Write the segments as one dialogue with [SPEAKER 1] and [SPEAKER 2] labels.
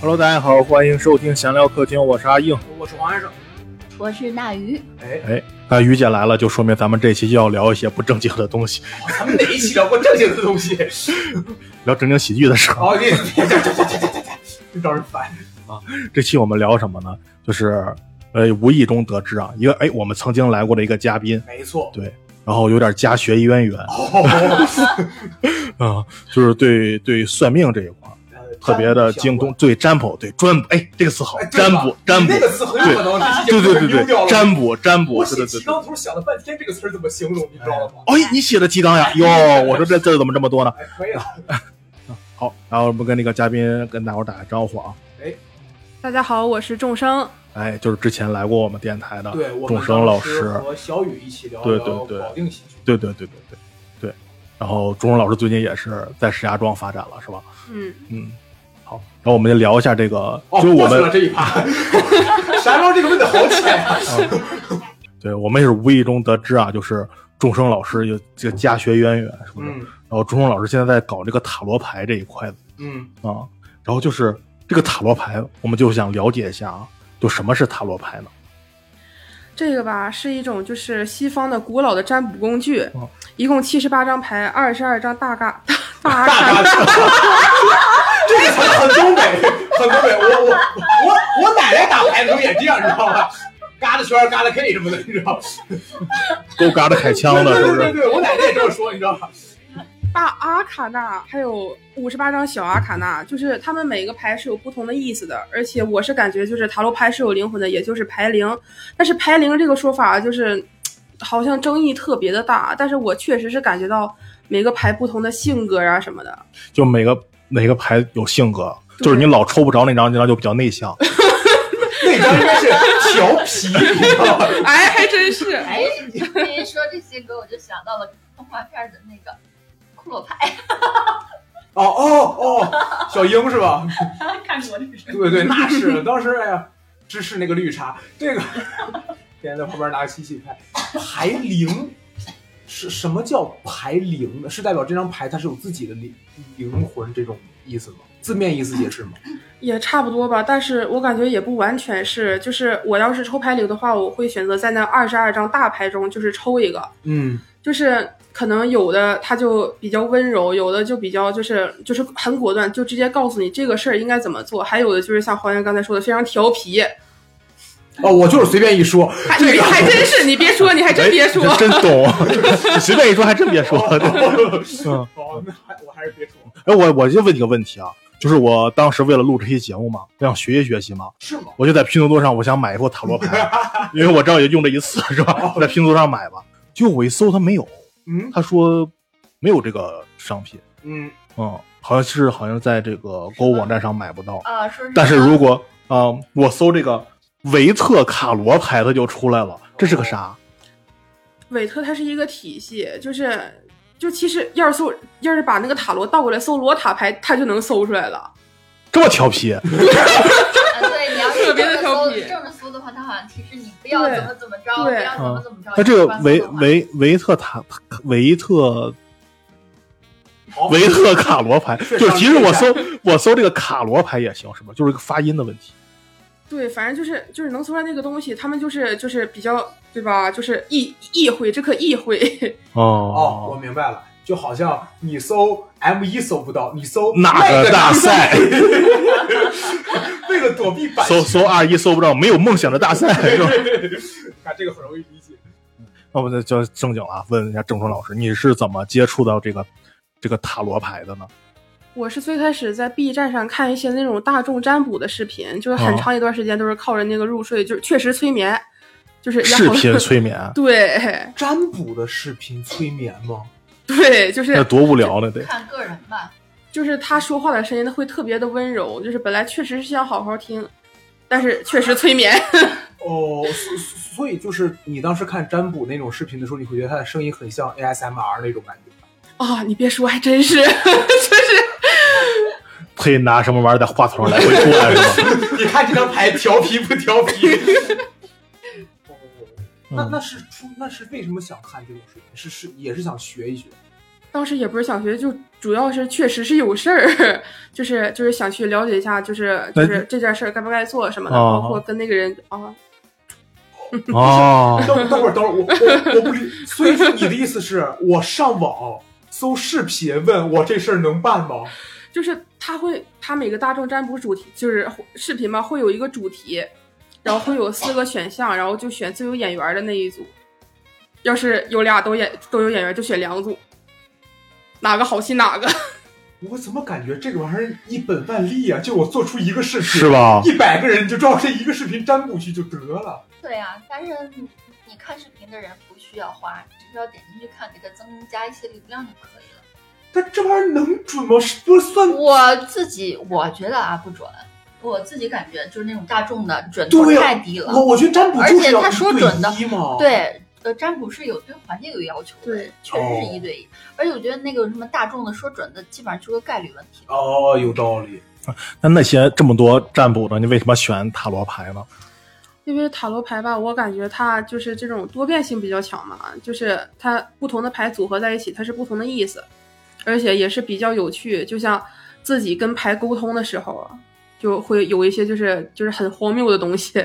[SPEAKER 1] Hello，大家好，欢迎收听闲聊客厅，我是阿硬。
[SPEAKER 2] 我是黄先生。
[SPEAKER 3] 我是大鱼，
[SPEAKER 2] 哎，
[SPEAKER 1] 哎，那于姐来了，就说明咱们这期又要聊一些不正经的东西，
[SPEAKER 2] 咱们哪一期聊过正经的东 西？
[SPEAKER 1] 聊正经喜剧的事儿。
[SPEAKER 2] 哦，你这这这这这这招人烦。
[SPEAKER 1] 这期我们聊什么呢？就是呃，无意中得知啊，一个哎，我们曾经来过的一个嘉宾，
[SPEAKER 2] 没错。
[SPEAKER 1] 对，然后有点家学渊源啊、
[SPEAKER 2] 哦，
[SPEAKER 1] 就是对对算命这一块儿 特别
[SPEAKER 2] 呃
[SPEAKER 1] 的精通，对占卜，对占卜，哎，这个词好，
[SPEAKER 2] 哎对
[SPEAKER 1] 占
[SPEAKER 2] 吧
[SPEAKER 1] 卜占卜
[SPEAKER 2] 你那，个词很有可能这期
[SPEAKER 1] 对
[SPEAKER 2] 节目
[SPEAKER 1] 对
[SPEAKER 2] 就被
[SPEAKER 1] 对
[SPEAKER 2] 丢掉
[SPEAKER 1] 对，
[SPEAKER 2] 了。
[SPEAKER 1] 占卜占卜，
[SPEAKER 2] 我
[SPEAKER 1] 对对
[SPEAKER 2] 写
[SPEAKER 1] 对
[SPEAKER 2] 提
[SPEAKER 1] 对。
[SPEAKER 2] 纲图想了半天，这个词儿怎么形容，你知道吗？
[SPEAKER 1] 哎，你写的鸡汤呀？哟，我说这字儿怎么这么多呢？
[SPEAKER 2] 哎，可以了。
[SPEAKER 1] 好，然后我们跟那个嘉宾跟大伙儿打个招呼啊。
[SPEAKER 2] 哎
[SPEAKER 4] 大家好，我是众生。
[SPEAKER 1] 哎，就是之前来过我们电台的
[SPEAKER 2] 对，我
[SPEAKER 1] 众
[SPEAKER 2] 们
[SPEAKER 1] 生老
[SPEAKER 2] 当
[SPEAKER 1] 师
[SPEAKER 2] 时，和小雨一起聊
[SPEAKER 1] 对
[SPEAKER 2] 聊
[SPEAKER 1] 对对
[SPEAKER 2] 保定喜剧。
[SPEAKER 1] 对对对对对对。然后钟声老师最近也是在石家庄发展了，是吧？
[SPEAKER 4] 嗯，
[SPEAKER 1] 嗯，好，然后我们就聊一下这个，
[SPEAKER 2] 哦，
[SPEAKER 1] 就是我
[SPEAKER 2] 过去
[SPEAKER 1] 们、
[SPEAKER 2] 了这一趴。 石家庄这个问的好浅啊。
[SPEAKER 1] 对，我们也是无意中得知啊，就是众生老师有这个家学渊源，是不是？
[SPEAKER 2] 嗯
[SPEAKER 1] 然后钟声老师现在在搞这个塔罗牌这一块子
[SPEAKER 2] 嗯，
[SPEAKER 1] 啊，然后就是这个塔罗牌，我们就想了解一下啊，就什么是塔罗牌呢？
[SPEAKER 4] 这个吧是一种就是西方的古老的占卜工具，
[SPEAKER 1] 哦
[SPEAKER 4] 一共七十八张牌，二十二张大嘎 大阿
[SPEAKER 2] 大
[SPEAKER 4] 卡
[SPEAKER 2] 家。 这个词很东北，很东北。我我我我奶奶打牌的时候也这样，你知道吧？嘎啦圈儿、嘎啦 K 什么的，你知道吧？
[SPEAKER 1] 勾嘎的开枪的，
[SPEAKER 2] 对
[SPEAKER 1] 是
[SPEAKER 2] 对
[SPEAKER 1] 不
[SPEAKER 2] 对
[SPEAKER 1] 是？
[SPEAKER 2] 对，我奶奶也这么说，你知道吧？
[SPEAKER 4] 大阿卡纳，还有五十八张小阿卡纳，就是他们每个牌是有不同的意思的，而且我是感觉就是塔罗牌是有灵魂的，也就是牌灵。但是牌灵这个说法就是好像争议特别的大，但是我确实是感觉到每个牌不同的性格啊什么的。
[SPEAKER 1] 就每个每个牌有性格，
[SPEAKER 4] 对
[SPEAKER 1] 就是你老抽不着那张，那张就比较内向。
[SPEAKER 2] 那张应该是调皮，你知道吧？
[SPEAKER 4] 哎，还真是。
[SPEAKER 3] 哎，您说这些歌，我就想到了动画片的那个骷髅派，
[SPEAKER 2] 哦哦哦，小英是吧？
[SPEAKER 3] 看过那个。
[SPEAKER 2] 对对，那是当时哎呀，芝士那个绿茶，这个天天在旁边拿个机器拍牌灵。是什么叫牌灵呢？是代表这张牌它是有自己的灵灵魂这种意思吗？字面意思解释吗？
[SPEAKER 4] 也差不多吧，但是我感觉也不完全是，就是我要是抽牌流的话，我会选择在那二十二张大牌中就是抽一个，
[SPEAKER 2] 嗯，
[SPEAKER 4] 就是可能有的他就比较温柔，有的就比较就是就是很果断，就直接告诉你这个事儿应该怎么做，还有的就是像黄源刚才说的非常调皮，
[SPEAKER 2] 哦，我就是随便 一说，
[SPEAKER 4] 还
[SPEAKER 2] 这
[SPEAKER 4] 你
[SPEAKER 2] 个
[SPEAKER 4] 还真是，你别说，你还真别说
[SPEAKER 1] 哎，真懂， 你随便一说还真别说。 嗯，
[SPEAKER 2] 哦，那还我还是别说，
[SPEAKER 1] 哎，我我就问你个问题啊，就是我当时为了录这期节目嘛，我想学习学习嘛，
[SPEAKER 2] 是吗？
[SPEAKER 1] 我就在拼多多上，我想买一副塔罗牌，因为我正好也用这一次，是吧？在拼多多上买吧，结果我一搜它没有，
[SPEAKER 2] 嗯
[SPEAKER 1] 他说没有这个商品，
[SPEAKER 2] 嗯，
[SPEAKER 1] 嗯，好像是好像在这个购物网站上买不到，
[SPEAKER 3] 啊，说
[SPEAKER 1] 但是如果啊、嗯我搜这个维特卡罗牌，它就出来了，这是个啥？
[SPEAKER 4] 韦特它是一个体系，就是就其实要是搜要是把那个塔罗倒过来搜罗塔牌，它就能搜出来了。
[SPEAKER 1] 这么调皮？
[SPEAKER 3] 啊，对，你要是
[SPEAKER 4] 特别的调皮
[SPEAKER 3] 正着搜正着搜的话，它好像提示你不要
[SPEAKER 4] 对
[SPEAKER 3] 怎么怎么着，不
[SPEAKER 4] 对
[SPEAKER 3] 要怎么怎么着。
[SPEAKER 1] 那这个
[SPEAKER 3] 你
[SPEAKER 1] 维
[SPEAKER 3] 不要怎么怎么着
[SPEAKER 1] 维维特塔维特
[SPEAKER 2] 好，
[SPEAKER 1] 维特卡罗牌，
[SPEAKER 2] 是
[SPEAKER 1] 就是
[SPEAKER 2] 上
[SPEAKER 1] 其实我
[SPEAKER 2] 去
[SPEAKER 1] 搜我搜这个卡罗牌也行，是吧？就是个发音的问题。
[SPEAKER 4] 对，反正就是就是能搜出来那个东西，他们就是就是比较对吧？就是意意会，这可意会。
[SPEAKER 2] 哦，我，明白了，就好像你搜 M 一搜不到，你搜
[SPEAKER 1] 哪
[SPEAKER 2] 那
[SPEAKER 1] 个
[SPEAKER 2] 个
[SPEAKER 1] 大
[SPEAKER 2] 大
[SPEAKER 1] 赛，
[SPEAKER 2] 为了躲避版
[SPEAKER 1] 哦搜
[SPEAKER 2] 权，
[SPEAKER 1] 搜二一搜不着，没有梦想的大 赛，是吧？
[SPEAKER 2] 看这个很容易理解。
[SPEAKER 1] 那我们就正经了，问一下郑春老师，你是怎么接触到这个这个塔罗牌的呢？
[SPEAKER 4] 我是最开始在 B 站上看一些那种大众占卜的视频，就是很
[SPEAKER 1] 哦
[SPEAKER 4] 长一段时间都是靠着那个入睡，就是确实催眠，就是也
[SPEAKER 1] 视
[SPEAKER 4] 好
[SPEAKER 1] 频催眠，
[SPEAKER 4] 对
[SPEAKER 2] 占卜的视频催眠吗？
[SPEAKER 4] 对，就是
[SPEAKER 1] 那多无聊呢，得。
[SPEAKER 3] 看个人吧。
[SPEAKER 4] 就是他说话的声音会特别的温柔，就是本来确实是想好好听，但是确实催眠。
[SPEAKER 2] 哦，所所以就是你当时看占卜那种视频的时候，你会觉得他的声音很像 ASMR 那种感觉。
[SPEAKER 4] 啊、你别说，还真是，就是
[SPEAKER 1] 可以拿什么玩意儿在话筒上来回转是吧？
[SPEAKER 2] 你看这张牌调皮不调皮？不不不， 那那
[SPEAKER 1] 嗯
[SPEAKER 2] 是出那是为什么想看这种视频？是是也是想学一学。
[SPEAKER 4] 当时也不是想学，就主要是确实是有事儿，就是就是想去了解一下，就是
[SPEAKER 1] 那
[SPEAKER 4] 就是这件事儿该不该做什么的，
[SPEAKER 1] 哎哦
[SPEAKER 4] 包括跟那个人啊，
[SPEAKER 1] 哦，
[SPEAKER 2] 等等会儿，等会儿，我我我不 理。所以说你的意思是我上网搜视频，问我这事儿能办吗？
[SPEAKER 4] 就是他会他每个大众占卜主题就是视频嘛，会有一个主题，然后会有四个选项，然后就选最有眼缘的那一组。要是有俩都眼都有眼缘，就选两组，哪个好信哪个。
[SPEAKER 2] 我怎么感觉这个玩意儿一本万利啊？就我做出一个视频，
[SPEAKER 1] 是？吧？
[SPEAKER 2] 一百个人就照这一个视频占卜去就得了。
[SPEAKER 3] 对呀、但是你你看视频的人不需要花，只需要点进去看，给它增加一些流量就可以了。
[SPEAKER 2] 但这玩意儿能准吗？是不是算
[SPEAKER 3] 我自己我觉得啊不准，我自己感觉就是那种大众的准
[SPEAKER 2] 对
[SPEAKER 3] 度
[SPEAKER 2] 呀
[SPEAKER 3] 太低了。
[SPEAKER 2] 我我觉得占卜
[SPEAKER 3] 而
[SPEAKER 2] 就是
[SPEAKER 3] 且
[SPEAKER 2] 要
[SPEAKER 3] 他
[SPEAKER 2] 一
[SPEAKER 3] 说
[SPEAKER 2] 对
[SPEAKER 3] 准的
[SPEAKER 2] 一嘛。，
[SPEAKER 3] 对，呃，占卜是有对环境有要求的
[SPEAKER 4] 对，
[SPEAKER 3] 确实是一对一。而且我觉得那个什么大众的说准的，基本上就是个概率问题。
[SPEAKER 2] 哦，有道理。
[SPEAKER 1] 那那些这么多占卜的，你为什么选塔罗牌呢？
[SPEAKER 4] 因为塔罗牌吧，我感觉它就是这种多变性比较强嘛，就是它不同的牌组合在一起，它是不同的意思，而且也是比较有趣。就像自己跟牌沟通的时候啊，就会有一些就是就是很荒谬的东西。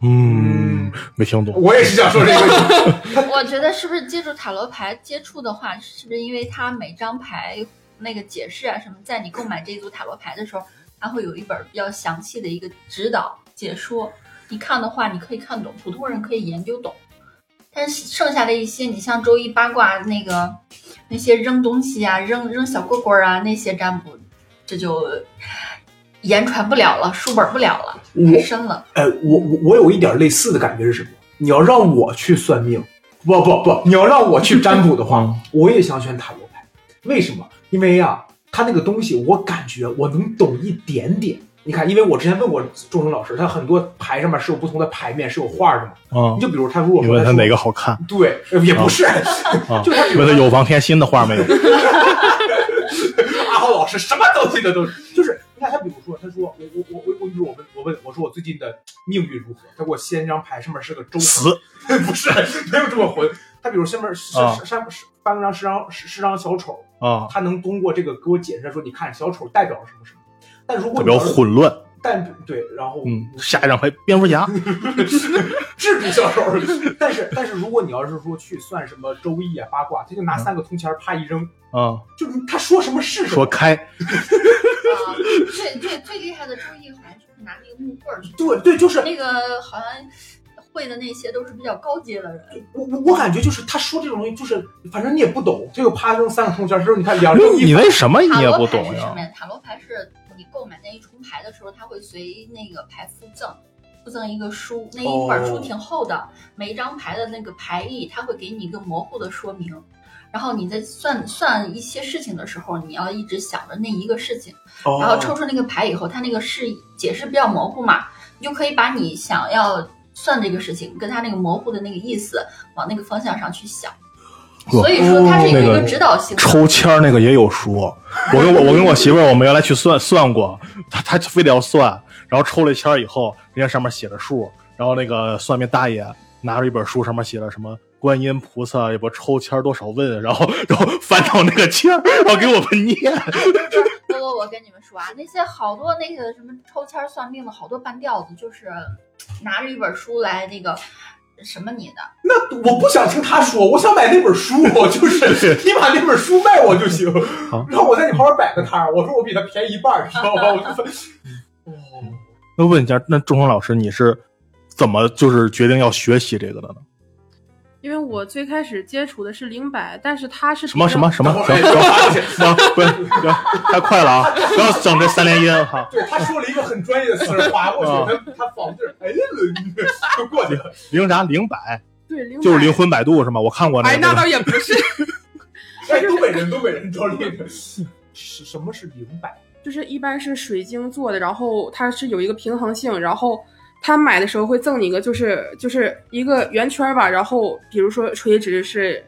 [SPEAKER 1] 嗯，没听懂。
[SPEAKER 2] 我也是想说这 个。
[SPEAKER 3] 我觉得是不是接触塔罗牌接触的话，是不是因为它每张牌那个解释啊什么，在你购买这一组塔罗牌的时候，它会有一本比较详细的一个指导解说。你看的话，你可以看懂，普通人可以研究懂。但是剩下的一些，你像周易八卦那个那些扔东西啊、扔扔小蝈蝈啊那些占卜，这就言传不了了，书本不了了，太深了。
[SPEAKER 2] 哎，我我我有一点类似的感觉是什么？你要让我去算命，不不不，你要让我去占卜的话，我也想选塔罗牌。为什么？因为呀、它那个东西我感觉我能懂一点点。你看，因为我之前问过钟声老师，他很多牌上面是有不同的牌面，是有画的嘛。
[SPEAKER 1] 嗯
[SPEAKER 2] 你，就比如他如果
[SPEAKER 1] 你
[SPEAKER 2] 说
[SPEAKER 1] 问他
[SPEAKER 2] 说
[SPEAKER 1] 哪个好看
[SPEAKER 2] 对，呃也不是，
[SPEAKER 1] 啊
[SPEAKER 2] 就他比？如
[SPEAKER 1] 问他
[SPEAKER 2] 说
[SPEAKER 1] 有王天心的画没有？
[SPEAKER 2] 阿豪老师什么东西的都是 就是，你看他比如说，他说我我我我我，比如我问我问我说我最近的命运如何，他给我掀一张牌，上面是个周，
[SPEAKER 1] 死
[SPEAKER 2] 不是没有这么混。他比如上面是
[SPEAKER 1] 啊
[SPEAKER 2] 是上翻张是张是是张小丑，
[SPEAKER 1] 啊，
[SPEAKER 2] 他能通过这个给我解释说，你看小丑代表了什么什么。但如
[SPEAKER 1] 代
[SPEAKER 2] 果你
[SPEAKER 1] 表
[SPEAKER 2] 要是
[SPEAKER 1] 混乱。
[SPEAKER 2] 但对，然后
[SPEAKER 1] 嗯，下一张牌蝙蝠侠。
[SPEAKER 2] 制止小丑。但是但是如果你要是说去算什么周易啊八卦，他就拿三个铜钱儿啪一扔，
[SPEAKER 1] 啊，
[SPEAKER 2] 就是他说什么是什么
[SPEAKER 1] 说。开，
[SPEAKER 3] 啊，最最最厉害的周易好像就是拿那个木棍儿去
[SPEAKER 2] 对对，就是
[SPEAKER 3] 那个好像会的那些都是比较高阶的人，
[SPEAKER 2] 我我我感觉就是他说这种东西，就是反正你也不懂，这个啪扔三个铜钱之后，你看两
[SPEAKER 1] 因
[SPEAKER 2] 个
[SPEAKER 1] 为
[SPEAKER 2] 一
[SPEAKER 1] 你为什么你
[SPEAKER 3] 塔
[SPEAKER 1] 也
[SPEAKER 3] 罗
[SPEAKER 1] 不
[SPEAKER 3] 牌
[SPEAKER 1] 懂
[SPEAKER 3] 是什
[SPEAKER 1] 呀
[SPEAKER 3] 么？呀？塔罗牌是你购买那一重牌的时候，它会随那个牌附赠附赠一个书，那一本
[SPEAKER 1] 哦
[SPEAKER 3] 书挺厚的，每一张牌的那个牌意，它会给你一个模糊的说明。然后你在算算一些事情的时候，你要一直想着那一个事情。
[SPEAKER 2] 哦
[SPEAKER 3] 然后抽出那个牌以后，它那个是解释比较模糊嘛，你就可以把你想要算这个事情跟它那个模糊的那个意思往那个方向上去想。
[SPEAKER 1] 呵
[SPEAKER 3] 所以说它是有一
[SPEAKER 1] 那
[SPEAKER 3] 个
[SPEAKER 1] 个
[SPEAKER 3] 指导性的。
[SPEAKER 1] 抽签儿那个也有说，我跟我我跟我媳妇儿，我们原来去算算过，她她非得要算，然后抽了签儿以后，人家上面写着数，然后那个算命大爷拿着一本书，上面写了什么观音菩萨也不抽签儿多少问，然后然后翻到那个签儿，然后给我们念，
[SPEAKER 3] 我我我跟你们说啊，那些好多那个什么抽签儿算命的好多半吊子，就是拿着一本书来那个什么你的，
[SPEAKER 2] 那我不想听他说，我想买那本书，我就是你把那本书卖我就行
[SPEAKER 1] 好，
[SPEAKER 2] 然后我在你旁边摆个摊儿，我说我比他便宜一半儿，你知道吧？我就分。哦，
[SPEAKER 1] 那问一下，那钟声老师你是怎么就是决定要学习这个的呢？
[SPEAKER 4] 因为我最开始接触的是灵摆，但是它是
[SPEAKER 1] 什么什么什么？
[SPEAKER 2] 等会
[SPEAKER 1] 行
[SPEAKER 2] 儿哎
[SPEAKER 1] 行行，不是行，太快了啊！不要整这三连音哈。
[SPEAKER 2] 对，他说了一个很专业的词儿，划过
[SPEAKER 1] 啊
[SPEAKER 2] 去，他他仿制，哎呀，就过去了。
[SPEAKER 1] 零啥零百，
[SPEAKER 4] 对灵摆
[SPEAKER 1] 就是灵。魂摆渡是吗？我看过那
[SPEAKER 4] 哎，
[SPEAKER 1] 个。
[SPEAKER 4] 那倒也不是，
[SPEAKER 2] 哎，东北人，东北人，赵丽人，什什么是明摆？
[SPEAKER 4] 就是一般是水晶做的，然后它是有一个平衡性，然后他买的时候会赠你一个，就是就是一个圆圈吧，然后比如说垂直是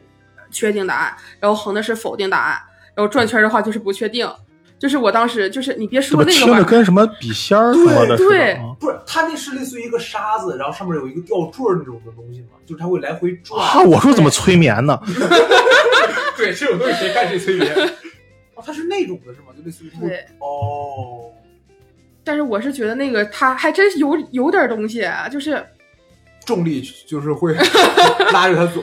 [SPEAKER 4] 确定答案，然后横的是否定答案，然后转圈的话就是不确定，就是我当时就是你别
[SPEAKER 1] 怎
[SPEAKER 4] 说
[SPEAKER 1] 么
[SPEAKER 4] 那
[SPEAKER 1] 听
[SPEAKER 4] 个
[SPEAKER 1] 着
[SPEAKER 4] 吧，
[SPEAKER 1] 跟什么笔仙儿什么的似
[SPEAKER 4] 对
[SPEAKER 1] 的啊？
[SPEAKER 2] 不是，它那是类似于一个沙子，然后上面有一个吊坠儿那种的东西嘛，就是它会来回转。
[SPEAKER 1] 啊，我说怎么催眠呢？
[SPEAKER 2] 对，这种东西谁看谁催眠。 哦，它是那种的是吗？就类似于它会
[SPEAKER 4] 对，
[SPEAKER 2] 哦，
[SPEAKER 4] 但是我是觉得那个他还真是有有点东西、啊，就是
[SPEAKER 2] 重力就是会拉着它走。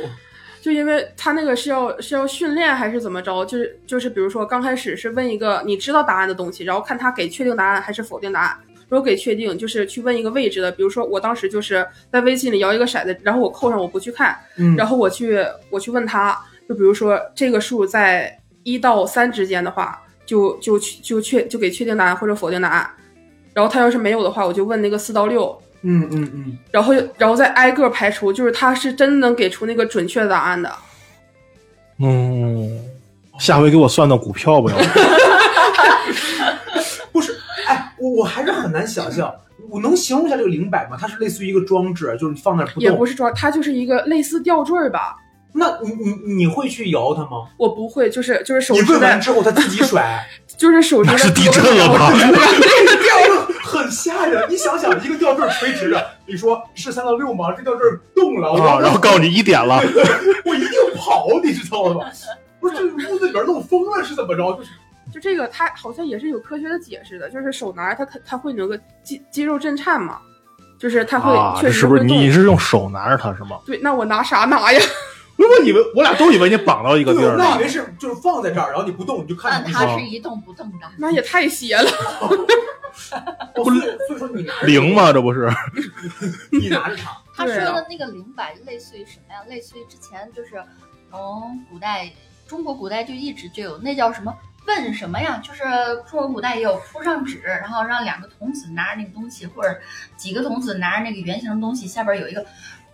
[SPEAKER 4] 就因为他那个是要是要训练还是怎么着？就是就是比如说刚开始是问一个你知道答案的东西，然后看他给确定答案还是否定答案。如果给确定，就是去问一个未知的，比如说我当时就是在微信里摇一个骰子，然后我扣上我不去看，
[SPEAKER 2] 嗯
[SPEAKER 4] 然后我去我去问他，就比如说这个数在一到三之间的话，就就去就确就给确定答案或者否定答案。然后他要是没有的话，我就问那个四到六，
[SPEAKER 2] 嗯嗯嗯，
[SPEAKER 4] 然后然后再挨个排除，就是他是真能给出那个准确的答案的。
[SPEAKER 1] 嗯，下回给我算到股票吧，要不
[SPEAKER 2] 不是，哎，我我还是很难想象。我能形容一下这个灵摆吗？它是类似于一个装置，就是你放那儿不
[SPEAKER 4] 也
[SPEAKER 2] 动。
[SPEAKER 4] 不是装，它就是一个类似吊坠儿吧。
[SPEAKER 2] 那你你你会去摇它吗？
[SPEAKER 4] 我不会，就是就是手
[SPEAKER 2] 你
[SPEAKER 4] 指
[SPEAKER 2] 问完
[SPEAKER 4] 在，
[SPEAKER 2] 之后它自己 甩，
[SPEAKER 4] 就是手指
[SPEAKER 1] 那
[SPEAKER 4] 在
[SPEAKER 1] 是地震了吧？
[SPEAKER 4] 啊
[SPEAKER 2] 这个吊坠很吓人。你想想，一个吊坠垂直的，你说是三到六吗？这吊坠 动了，我
[SPEAKER 1] 啊，然后告诉你一点 了，
[SPEAKER 2] 我一定跑，你知道吗？不是，这屋子里边弄疯了是怎么着？就是
[SPEAKER 4] 就这个，它好像也是有科学的解释的，就是手拿它它它会有个肌肌肉震颤嘛，就是它会、
[SPEAKER 1] 啊，
[SPEAKER 4] 确
[SPEAKER 1] 这
[SPEAKER 4] 实
[SPEAKER 1] 是
[SPEAKER 4] 会
[SPEAKER 1] 不
[SPEAKER 4] 动。
[SPEAKER 1] 是你你是用手拿着它是吗？
[SPEAKER 4] 对，那我拿啥拿呀？
[SPEAKER 1] 不是，我以为我俩都以为你绑到一个地
[SPEAKER 2] 对，
[SPEAKER 1] 儿
[SPEAKER 2] 那以
[SPEAKER 1] 了，
[SPEAKER 2] 为是就是放在这儿，然后你不动，你就看
[SPEAKER 3] 但
[SPEAKER 1] 嗯
[SPEAKER 2] 着
[SPEAKER 3] 它是一动不动的。
[SPEAKER 4] 那也太邪了。
[SPEAKER 2] 哦所以所以说你拿着
[SPEAKER 1] 零吗？这不是？
[SPEAKER 2] 你拿着它，
[SPEAKER 3] 他说
[SPEAKER 4] 对啊
[SPEAKER 3] 的那个灵摆类似于什么呀？类似于之前就是从古代中国古代就一直就有，那叫什么？问什么呀？就是中国古代也有铺上纸，然后让两个童子拿着那个东西，或者几个童子拿着那个圆形的东西，下边有一个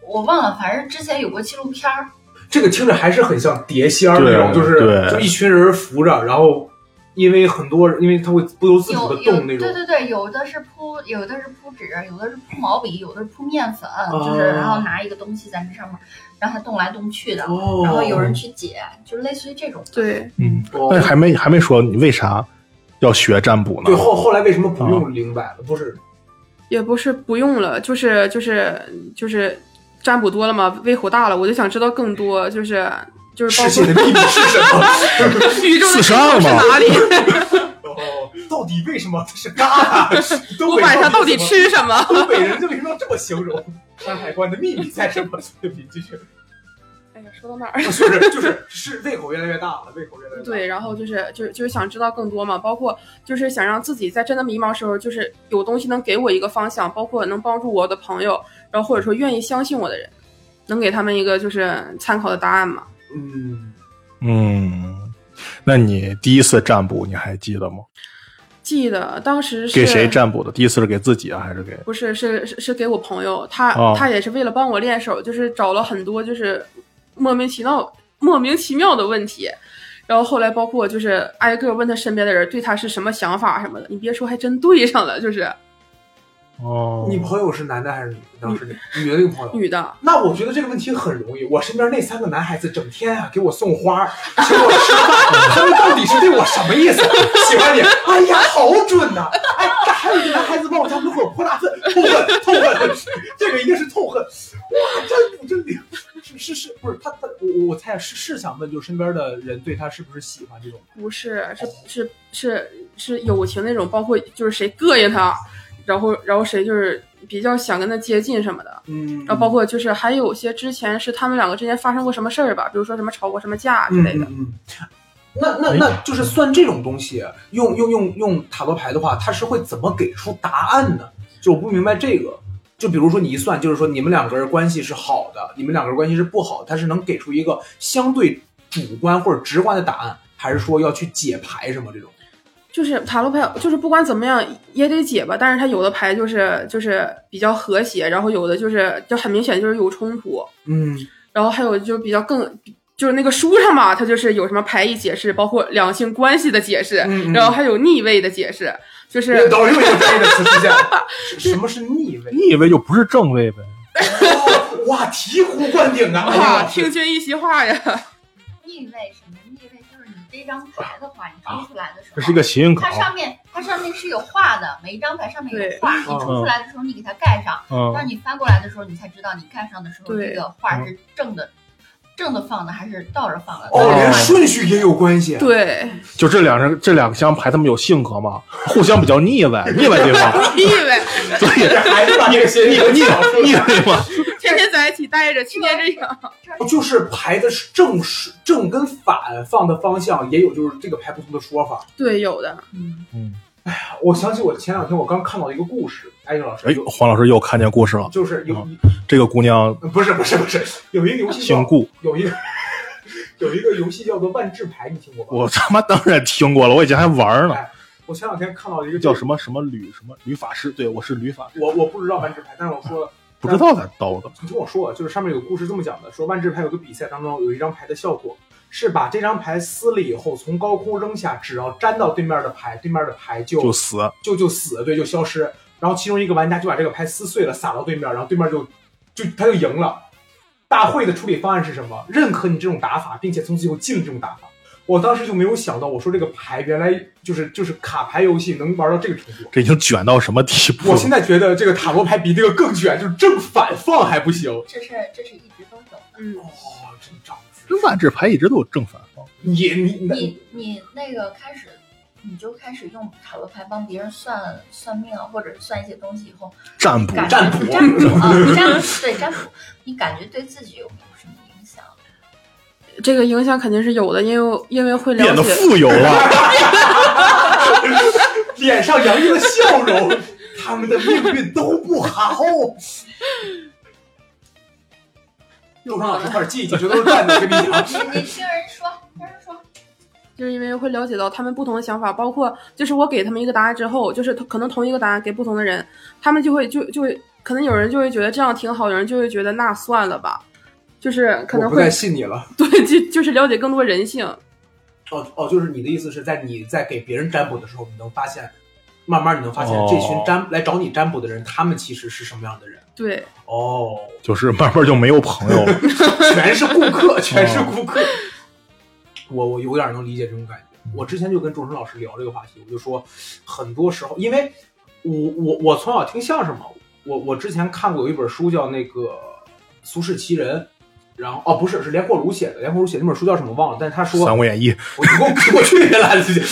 [SPEAKER 3] 我忘了，反正之前有过纪录片儿，
[SPEAKER 2] 这个听着还是很像碟仙儿那种，
[SPEAKER 1] 对
[SPEAKER 2] 就是
[SPEAKER 1] 对
[SPEAKER 2] 就一群人扶着，然后因为很多人，因为他会不由自主
[SPEAKER 3] 有
[SPEAKER 2] 的
[SPEAKER 3] 有
[SPEAKER 2] 动那
[SPEAKER 3] 对
[SPEAKER 2] 种。
[SPEAKER 3] 对对，有的是铺，有的是铺纸，有的是铺毛笔，有的是铺面粉，
[SPEAKER 2] 哦
[SPEAKER 3] 就是然后拿一个东西在那上面让它动来动去的，
[SPEAKER 2] 哦，
[SPEAKER 3] 然后有人去解，就是类似于这种。
[SPEAKER 4] 对，
[SPEAKER 1] 嗯，
[SPEAKER 2] 哦
[SPEAKER 1] 但是还没还没说你为啥要学占卜呢
[SPEAKER 2] 对？后后来为什么不
[SPEAKER 1] 啊
[SPEAKER 2] 用灵摆了？不是
[SPEAKER 4] 也不是不用了，就是就是就是占卜多了嘛，胃口大了，我就想知道更多，就是就是包
[SPEAKER 2] 世界
[SPEAKER 4] 括
[SPEAKER 2] 的秘密是什么？
[SPEAKER 4] 宇宙的
[SPEAKER 1] 四十
[SPEAKER 4] 尽
[SPEAKER 1] 二
[SPEAKER 4] 头是
[SPEAKER 1] 嘛
[SPEAKER 4] 哪里，
[SPEAKER 2] 哦，到底为什么这是 嘎？
[SPEAKER 4] 我晚上到底吃什么？
[SPEAKER 2] 东北人就为什么要这么形容？山海关的秘密在什么？对不起，继续。
[SPEAKER 4] 哎呀，说到哪 儿？
[SPEAKER 2] 就是就是是胃口越来越大了，胃口越来越大。
[SPEAKER 4] 对，然后就是就是就是想知道更多嘛，包括就是想让自己在真的迷茫时候，就是有东西能给我一个方向，包括能帮助我的朋友，然后或者说愿意相信我的人，能给他们一个就是参考的答案嘛。
[SPEAKER 2] 嗯，
[SPEAKER 1] 嗯，那你第一次占卜你还记得吗？
[SPEAKER 4] 记得当时是
[SPEAKER 1] 给谁占卜的？第一次是给自己啊，还是给？
[SPEAKER 4] 不是，是是是给我朋友，他、
[SPEAKER 1] 哦
[SPEAKER 4] 他也是为了帮我练手，就是找了很多就是莫名其妙莫名其妙的问题，然后后来包括就是挨个问他身边的人对他是什么想法什么的，你别说，还真对上了，就是
[SPEAKER 1] 哦
[SPEAKER 2] 你朋友是男的还是女的？当时那女的那个朋友。
[SPEAKER 4] 女的，
[SPEAKER 2] 那我觉得这个问题很容易。我身边那三个男孩子整天啊给我送花，请我吃饭，他们到底是对我什么意思？喜欢你？哎呀，好准呐、哎，这还有一个男孩子往我家门口泼辣粪，痛恨，痛恨，这个一定是痛恨。哇，占卜真灵，是是是，不是他他我我我猜啊是是想问，就是身边的人对他是不是喜欢这种？
[SPEAKER 4] 不是，是是是是友情那种，包括就是谁膈应他，然后然后谁就是比较想跟他接近什么的，
[SPEAKER 2] 嗯，
[SPEAKER 4] 啊然后包括就是还有些之前是他们两个之间发生过什么事儿吧，比如说什么吵过什么架之
[SPEAKER 2] 嗯
[SPEAKER 4] 类的。
[SPEAKER 2] 嗯嗯那那那就是算这种东西，用用用用塔罗牌的话，它是会怎么给出答案呢？就我不明白这个。就比如说你一算，就是说你们两个人关系是好的，你们两个人关系是不好的，它是能给出一个相对主观或者直观的答案，还是说要去解牌什么这种？
[SPEAKER 4] 就是塔罗牌，就是不管怎么样也得解吧，但是它有的牌就是就是比较和谐，然后有的就是就很明显就是有冲突，
[SPEAKER 2] 嗯，
[SPEAKER 4] 然后还有就比较更。就是那个书上嘛，它就是有什么牌义解释，包括两性关系的解释，
[SPEAKER 2] 嗯嗯
[SPEAKER 4] 然后还有逆位的解释，就是
[SPEAKER 2] 导游有一个专业的词出现 了，是什么是逆位？
[SPEAKER 1] 你以为就不是正位呗？
[SPEAKER 2] 哦哇，醍醐灌顶啊！哎
[SPEAKER 4] 啊，
[SPEAKER 2] 呦
[SPEAKER 4] 听君一席话呀。
[SPEAKER 3] 逆位什么逆位就是你这一张牌的话，你抽出来的时
[SPEAKER 1] 这
[SPEAKER 3] 候，
[SPEAKER 1] 是一个谐音梗
[SPEAKER 3] 它。上面它上面是有画的，每一张牌上面有画，你抽出来的时候你给它盖上，
[SPEAKER 1] 嗯
[SPEAKER 3] 当你翻过来的时候，你才知道你盖上的时候
[SPEAKER 4] 对
[SPEAKER 3] 这个画是正的，正的放的还是倒着放的。
[SPEAKER 2] 哦，连
[SPEAKER 1] 哦
[SPEAKER 2] 顺序也有关系。 啊
[SPEAKER 4] 对，
[SPEAKER 1] 就这两张这两张牌，他们有性格吗？互相比较腻 歪，腻歪对方，
[SPEAKER 4] 你以为
[SPEAKER 1] 所以
[SPEAKER 2] 这孩子把这个谐
[SPEAKER 1] 腻
[SPEAKER 2] 音梗
[SPEAKER 1] 腻
[SPEAKER 2] 讲出来
[SPEAKER 1] 腻对方。
[SPEAKER 4] 天天在一起待着，天天这样，
[SPEAKER 2] 哦就是牌的正是正跟反放的方向也有，就是这个牌不同的说法。
[SPEAKER 4] 对，有的，
[SPEAKER 3] 嗯，
[SPEAKER 1] 嗯，
[SPEAKER 2] 我想起我前两天我刚看到一个故事，艾静老师
[SPEAKER 1] 哎，，嗯黄老师又看见故事了。
[SPEAKER 2] 就是有呃
[SPEAKER 1] 这个姑娘
[SPEAKER 2] 不是不是不是，有一个游戏
[SPEAKER 1] 姓
[SPEAKER 2] 叫
[SPEAKER 1] 顾，
[SPEAKER 2] 有一个有一个游戏叫做万智牌，你听过吗？
[SPEAKER 1] 我他妈当然听过了，我以前还玩呢。
[SPEAKER 2] 我前两天看到一个
[SPEAKER 1] 叫什么什么吕什么吕法师，对我是吕法师，
[SPEAKER 2] 我我不知道万智牌，但是我说了，
[SPEAKER 1] 不知道咋刀的。
[SPEAKER 2] 你听我说，啊就是上面有个故事这么讲的，说万智牌有个比赛当中有一张牌的效果是把这张牌撕了以后从高空扔下，只要沾到对面的牌，对面的牌就
[SPEAKER 1] 就死，
[SPEAKER 2] 就就死，对，就消失。然后其中一个玩家就把这个牌撕碎了，撒到对面，然后对面就就他就赢了。大会的处理方案是什么？认可你这种打法，并且从此以后禁了这种打法。我当时就没有想到，我说这个牌原来就是就是卡牌游戏能玩到这个程度。
[SPEAKER 1] 这已经卷到什么地步
[SPEAKER 2] 我
[SPEAKER 1] 了？
[SPEAKER 2] 现在觉得这个塔罗牌比这个更卷，就是正反放还不行。
[SPEAKER 3] 这是这是一直都有的。
[SPEAKER 4] 嗯，
[SPEAKER 2] 哦，真招
[SPEAKER 1] 这万智牌一直都有正反方，
[SPEAKER 2] 你你
[SPEAKER 3] 你你那个开始，你就开始用塔罗牌帮别人算算命啊，或者算一些东西以后，
[SPEAKER 1] 占卜
[SPEAKER 3] 感觉
[SPEAKER 2] 占卜
[SPEAKER 3] 占卜啊，占卜对占卜，你感觉对自己有没有什么影响？
[SPEAKER 4] 这个影响肯定是有的，因为因为会
[SPEAKER 1] 变得
[SPEAKER 4] 了解，
[SPEAKER 1] 富有 了。
[SPEAKER 2] 脸上洋溢了笑容，他们的命运都不好。周长老师，快点记一记，这都是站的，我跟你讲。
[SPEAKER 3] 你你听人说，听人说，
[SPEAKER 4] 就是因为会了解到他们不同的想法，包括就是我给他们一个答案之后，就是可能同一个答案给不同的人，他们就会就就会，可能有人就会觉得这样挺好，有人就会觉得那算了吧，就是可能
[SPEAKER 2] 我不
[SPEAKER 4] 会
[SPEAKER 2] 再信你了。
[SPEAKER 4] 对就就是了解更多人性，
[SPEAKER 2] 哦哦，就是你的意思是在你在给别人占卜的时候，你能发现，慢慢你能发现
[SPEAKER 1] 哦
[SPEAKER 2] 这群占来找你占卜的人，他们其实是什么样的人？
[SPEAKER 4] 对，
[SPEAKER 2] 哦，
[SPEAKER 1] 就是慢慢就没有朋友了。
[SPEAKER 2] 全是顾客，全是顾客。我我有点能理解这种感觉。我之前就跟钟声老师聊这个话题，我就说，很多时候，因为我我我从小听相声嘛，我我之前看过有一本书叫那个《苏轼奇人》，然后哦不是是连霍如写的，连霍如写那本书叫什么忘了，但是他
[SPEAKER 1] 《
[SPEAKER 2] 说
[SPEAKER 1] 三国演义》，
[SPEAKER 2] 我你给我给我去了，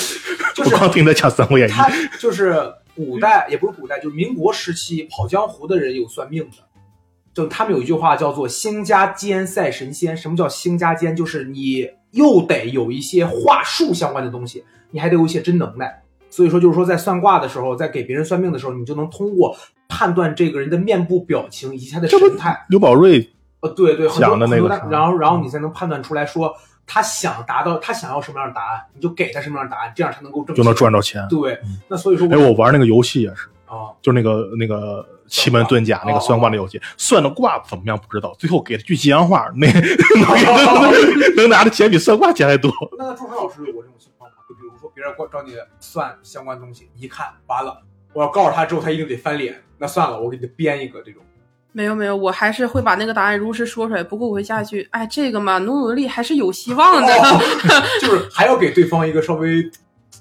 [SPEAKER 2] 就
[SPEAKER 1] 我
[SPEAKER 2] 是
[SPEAKER 1] 刚听他讲《三国演义》，
[SPEAKER 2] 他就是古代，也不是古代，就是民国时期跑江湖的人有算命的，就他们有一句话叫做“星家尖赛神仙”。什么叫星家尖？就是你又得有一些话术相关的东西，你还得有一些真能耐。所以说，就是说在算卦的时候，在给别人算命的时候，你就能通过判断这个人的面部表情以及他的
[SPEAKER 1] 这不
[SPEAKER 2] 神态，
[SPEAKER 1] 刘宝瑞
[SPEAKER 2] 呃，对对，很多
[SPEAKER 1] 讲的那个嗯
[SPEAKER 2] 很
[SPEAKER 1] 啥
[SPEAKER 2] 多然后然后你才能判断出来说他想达到他想要什么样的答案，你就给他什么样的答案，这样才能够挣
[SPEAKER 1] 就能
[SPEAKER 2] 钱。
[SPEAKER 1] 赚着钱。
[SPEAKER 2] 对，那所以说
[SPEAKER 1] 哎，我玩那个游戏也是，
[SPEAKER 2] 啊，
[SPEAKER 1] 就那个那个奇门遁甲
[SPEAKER 4] 哦
[SPEAKER 1] 那个算卦的游戏，算的卦怎么样不知道，最后给了句吉祥话，那 能能拿的钱比算卦钱还多。
[SPEAKER 2] 那朱晨老师有过这种情况吗？就比如说别人过找你算相关东西，你一看完了，我要告诉他之后，他一定得翻脸。那算了，我给你编一个这种。
[SPEAKER 4] 没有没有，我还是会把那个答案如实说出来，不过我会下去，哎，这个嘛，努努力还是有希望的，
[SPEAKER 2] 哦 就是还要给对方一个稍微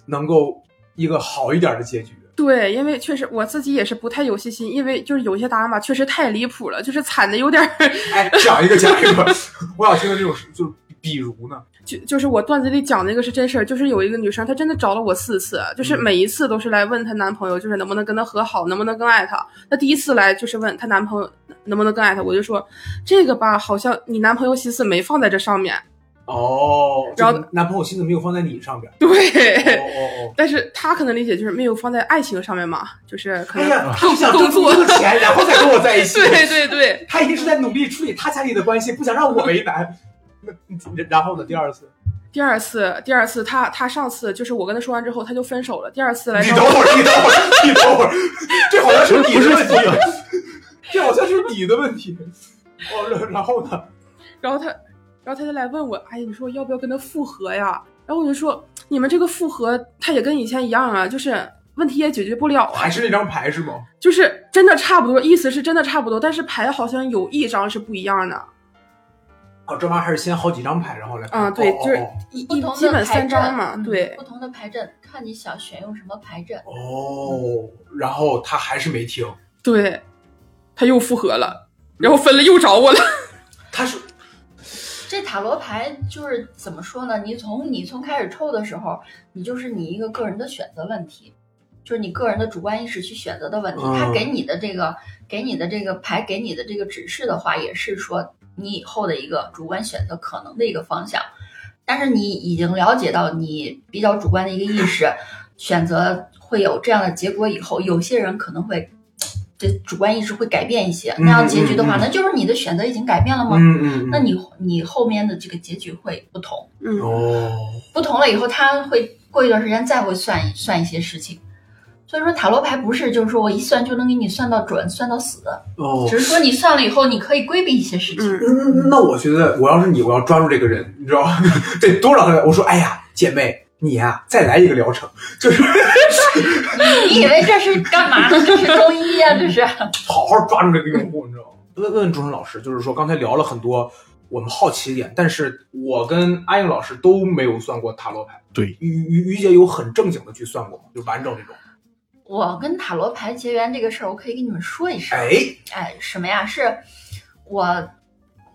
[SPEAKER 2] 能够一个好一点的结局。
[SPEAKER 4] 对，因为确实我自己也是不太有信心，因为就是有些答案吧，确实太离谱了，就是惨的有点儿，
[SPEAKER 2] 哎，讲一个讲一个， 我想听的这种是就是比如呢，
[SPEAKER 4] 就就是我段子里讲那个是真事儿，就是有一个女生，她真的找了我四次，就是
[SPEAKER 2] 嗯
[SPEAKER 4] 每一次都是来问她男朋友，就是能不能跟她和好，能不能更爱她。那第一次来就是问她男朋友能不能更爱她，我就说这个吧，好像你男朋友心思没放在这上面，
[SPEAKER 2] 哦，
[SPEAKER 4] 然后
[SPEAKER 2] 就是男朋友心思没有放在你上边。
[SPEAKER 4] 对。
[SPEAKER 2] 哦哦哦。
[SPEAKER 4] 但是她可能理解就是没有放在爱情上面嘛，就是可
[SPEAKER 2] 哎
[SPEAKER 4] 能、
[SPEAKER 2] 呀，他想挣足一个 钱，然后再跟我在一起。
[SPEAKER 4] 对对对，
[SPEAKER 2] 他一定是在努力处理他家里的关系，不想让我为难。那然后呢？第二次，
[SPEAKER 4] 第二次，第二次，他他上次就是我跟他说完之后，他就分手了。第二次来
[SPEAKER 2] 你
[SPEAKER 4] 找
[SPEAKER 2] 等
[SPEAKER 4] 我，
[SPEAKER 2] 会儿，你等会儿，你等会儿，这好像是你
[SPEAKER 1] 不是
[SPEAKER 2] 的问题，这好像是你的问题。哦，然然后呢？
[SPEAKER 4] 然后他，然后他就来问我，哎，你说要不要跟他复合呀？然后我就说，你们这个复合，他也跟以前一样啊，就是问题也解决不了啊
[SPEAKER 2] 还，是那张牌是吗？
[SPEAKER 4] 就是真的差不多，意思是真的差不多，但是牌好像有一张是不一样的。
[SPEAKER 2] 哦，这玩意儿还是先好几张牌，然后来看。
[SPEAKER 4] 嗯，对
[SPEAKER 2] 哦，
[SPEAKER 4] 就是
[SPEAKER 2] 哦
[SPEAKER 4] 一
[SPEAKER 3] 不
[SPEAKER 4] 一
[SPEAKER 3] 同
[SPEAKER 4] 基
[SPEAKER 3] 的
[SPEAKER 4] 本
[SPEAKER 3] 牌
[SPEAKER 4] 三张
[SPEAKER 3] 阵
[SPEAKER 4] 嘛，
[SPEAKER 3] 嗯
[SPEAKER 4] 对
[SPEAKER 3] 不同的牌阵，看你想选用什么牌阵。
[SPEAKER 2] 哦哦，然后他还是没听，
[SPEAKER 4] 对，他又复合了，然后分了又找我了。
[SPEAKER 2] 他是
[SPEAKER 3] 这塔罗牌就是怎么说呢？你从你从开始抽的时候，你就是你一个个人的选择问题，就是你个人的主观意识去选择的问题。
[SPEAKER 2] 嗯
[SPEAKER 3] 他给你的这个给你的这个牌给你的这个指示的话，也是说你以后的一个主观选择可能的一个方向。但是你已经了解到你比较主观的一个意识，选择会有这样的结果以后，有些人可能会。这主观意识会改变一些，那样结局的话，
[SPEAKER 2] 嗯嗯嗯
[SPEAKER 3] 那就是你的选择已经改变了吗？
[SPEAKER 2] 嗯嗯，
[SPEAKER 3] 那你你后面的这个结局会不同，
[SPEAKER 4] 嗯
[SPEAKER 2] 哦，
[SPEAKER 3] 不同了以后，他会过一段时间再会算一算一些事情。所以说塔罗牌不是就是说我一算就能给你算到准，算到死，
[SPEAKER 2] 哦，
[SPEAKER 3] 只是说你算了以后，你可以规避一些事情。
[SPEAKER 4] 嗯，
[SPEAKER 2] 嗯那我觉得我要是你，我要抓住这个人，你知道吗？ 得多少个？我说，哎呀，姐妹，你呀、再来一个疗程，就是嗯
[SPEAKER 3] 你以为这是干嘛呢？这是中医啊，这是。
[SPEAKER 2] 好好抓住这个用户，你知道吗？问问钟声老师，就是说刚才聊了很多我们好奇点，但是我跟阿英老师都没有算过塔罗牌。
[SPEAKER 1] 对，
[SPEAKER 2] 于于于姐有很正经的去算过吗？就完整这种。
[SPEAKER 3] 我跟塔罗牌结缘这个事儿，我可以跟你们说一 声。
[SPEAKER 2] 哎，
[SPEAKER 3] 哎，什么呀？是我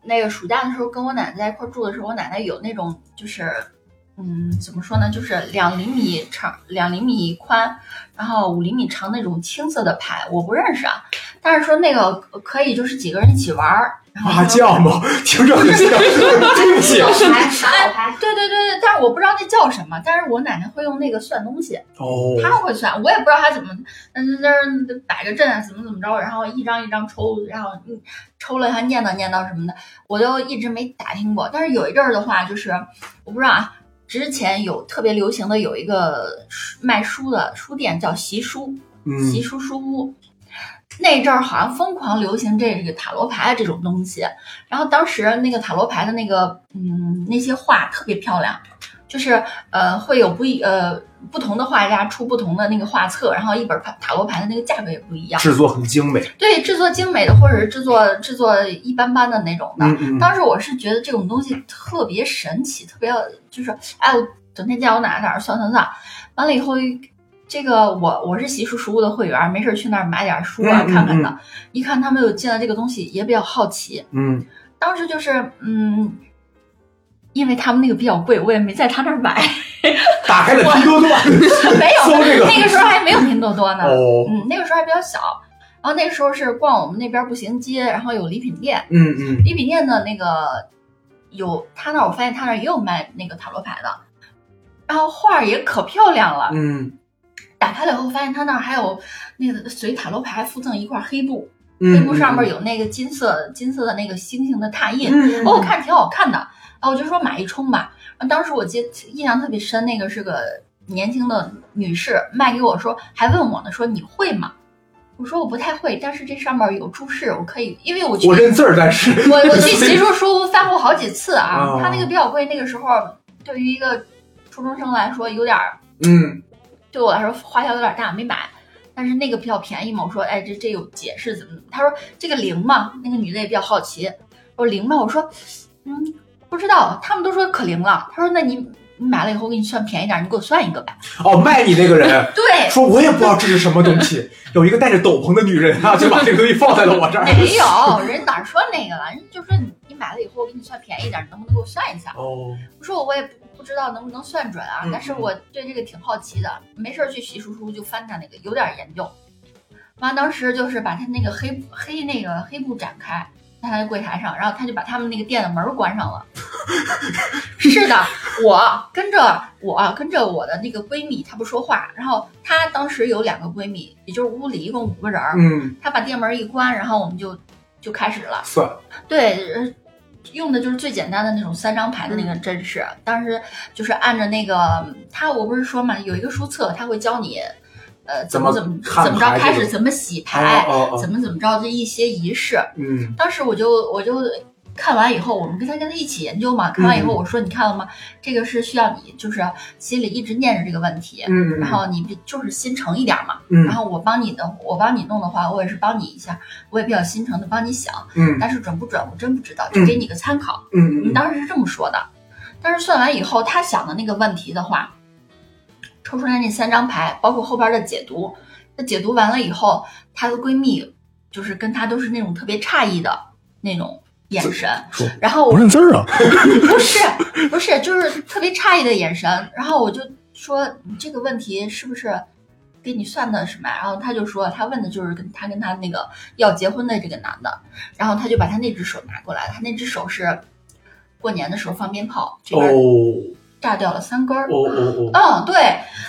[SPEAKER 3] 那个暑假的时候跟我奶奶在一块儿住的时候，我奶奶有那种就是，嗯，怎么说呢？就是两厘米长、两厘米宽，然后五厘米长那种青色的牌，我不认识啊。但是说那个可以，就是几个人一起玩儿，然后
[SPEAKER 2] 麻将吗？ 听着很像， 对不起。
[SPEAKER 5] 牌打牌，
[SPEAKER 3] 对对对对，但是我不知道那叫什么，但是我奶奶会用那个算东西，
[SPEAKER 2] 哦，
[SPEAKER 3] 她会算，我也不知道她怎么，嗯，那儿摆个阵啊，怎么怎么着，然后一张一张抽，然后嗯抽了还念叨念叨什么的，我就一直没打听过。但是有一阵儿的话，就是我不知道啊，之前有特别流行的有一个书卖书的书店叫习书，
[SPEAKER 2] 嗯
[SPEAKER 3] 习书书屋。那阵儿好像疯狂流行这个塔罗牌啊这种东西，然后当时那个塔罗牌的那个嗯那些画特别漂亮，就是呃会有不一呃不同的画家出不同的那个画册，然后一本塔塔罗牌的那个价格也不一样，
[SPEAKER 2] 制作很精美。
[SPEAKER 3] 对制作精美的或者是制作制作一般般的那种的，
[SPEAKER 2] 嗯嗯，
[SPEAKER 3] 当时我是觉得这种东西特别神奇，特别就是，哎，我整天见我奶奶在那儿算算算，完了以后，这个我我是习书书屋的会员，没事儿去那儿买点书啊
[SPEAKER 2] 嗯嗯
[SPEAKER 3] 看看的。
[SPEAKER 2] 嗯
[SPEAKER 3] 一看他们有进了这个东西，也比较好奇。
[SPEAKER 2] 嗯，
[SPEAKER 3] 当时就是，嗯，因为他们那个比较贵，我也没在他那儿买，
[SPEAKER 2] 打开了拼多多。
[SPEAKER 3] 没有
[SPEAKER 2] 搜，这个
[SPEAKER 3] 那个时候还没有拼多多呢。
[SPEAKER 2] 哦，
[SPEAKER 3] 嗯，那个时候还比较小，然后那个时候是逛我们那边步行街，然后有礼品店。
[SPEAKER 2] 嗯嗯，
[SPEAKER 3] 礼品店的那个有他那儿，我发现他那儿也有卖那个塔罗牌的，然后画儿也可漂亮了。
[SPEAKER 2] 嗯
[SPEAKER 3] 打开了以后，发现他那儿还有那个随塔罗牌附赠一块黑布，
[SPEAKER 2] 嗯，
[SPEAKER 3] 黑布上面有那个金色金色的那个星星的拓印，
[SPEAKER 2] 嗯，
[SPEAKER 3] 哦，我看着挺好看的，啊，我就说买一冲吧。啊当时我记印象特别深，那个是个年轻的女士卖给我说，还问我呢，说你会吗？我说我不太会，但是这上面有注释，我可以，因为我去
[SPEAKER 2] 我认字儿，但是
[SPEAKER 3] 我 我去习书书屋翻过好几次啊
[SPEAKER 2] 哦，
[SPEAKER 3] 他那个比较贵，那个时候对于一个初中生来说有点儿，
[SPEAKER 2] 嗯
[SPEAKER 3] 对我来说花销有点大，没买。但是那个比较便宜嘛，我说哎这这有解释怎么怎么？他说这个零嘛，那个女的也比较好奇，我说零嘛，我说嗯不知道，他们都说可零了，他说那你你买了以后我给你算便宜点儿，你给我算一个呗。
[SPEAKER 2] 哦，卖你那个人
[SPEAKER 3] 对，
[SPEAKER 2] 说，我也不知道这是什么东 西。有一个戴着斗篷的女人啊，就把这个东西放在了我这儿。
[SPEAKER 3] 哎没有人哪说那个了，人就说你你买了以后我给你算便宜点儿，你能不能给我算一下？
[SPEAKER 2] 哦，
[SPEAKER 3] 我说我也不不知道能不能算准啊，
[SPEAKER 2] 嗯
[SPEAKER 3] 但是我对这个挺好奇的，没事儿去洗漱书就翻他那个，有点研究。妈当时就是把他那个黑黑那个黑布展开，在他的柜台上，然后他就把他们那个店的门儿关上 了。是的，我跟着我跟着我的那个闺蜜，她不说话，然后她当时有两个闺蜜，也就是屋里一共五个人儿，
[SPEAKER 2] 嗯，
[SPEAKER 3] 她把店门儿一关，然后我们就就开始了。
[SPEAKER 2] 算，
[SPEAKER 3] 对，呃用的就是最简单的那种三张牌的那个
[SPEAKER 2] 嗯
[SPEAKER 3] 阵势。当时就是按着那个他，我不是说嘛，有一个书册，他会教你，呃，怎么
[SPEAKER 2] 怎么
[SPEAKER 3] 怎么
[SPEAKER 2] 看
[SPEAKER 3] 怎么着
[SPEAKER 2] 牌
[SPEAKER 3] 开
[SPEAKER 2] 这
[SPEAKER 3] 始
[SPEAKER 2] 种
[SPEAKER 3] 怎么洗牌，
[SPEAKER 2] 哦哦哦，
[SPEAKER 3] 怎么怎么着的一些仪式。
[SPEAKER 2] 嗯
[SPEAKER 3] 当时我就我就看完以后，我们跟他跟他一起研究嘛。看完以后，
[SPEAKER 2] 嗯
[SPEAKER 3] 我说你看了吗？这个是需要你就是心里一直念着这个问题，
[SPEAKER 2] 嗯，
[SPEAKER 3] 然后你比就是心诚一点嘛。
[SPEAKER 2] 嗯
[SPEAKER 3] 然后我帮你的，我帮你弄的话，我也是帮你一下，我也比较心诚的帮你想。
[SPEAKER 2] 嗯
[SPEAKER 3] 但是准不准我真不知道，就给你个参考。
[SPEAKER 2] 嗯
[SPEAKER 3] 我们当时是这么说的。但是算完以后，他想的那个问题的话，抽出来那三张牌，包括后边的解读，那解读完了以后，她的闺蜜就是跟她都是那种特别诧异的那种眼神
[SPEAKER 1] 说，
[SPEAKER 3] 然后
[SPEAKER 1] 不
[SPEAKER 3] 我
[SPEAKER 1] 认字儿啊，
[SPEAKER 3] 不是不是就是特别诧异的眼神，然后我就说你这个问题是不是？给你算的什么呀？然后她就说，她问的就是跟她跟她那个要结婚的这个男的，然后她就把她那只手拿过来，她那只手是过年的时候放鞭炮，这
[SPEAKER 2] 哦
[SPEAKER 3] 边炸掉了三根儿。
[SPEAKER 2] 哦哦哦，
[SPEAKER 3] 嗯，对，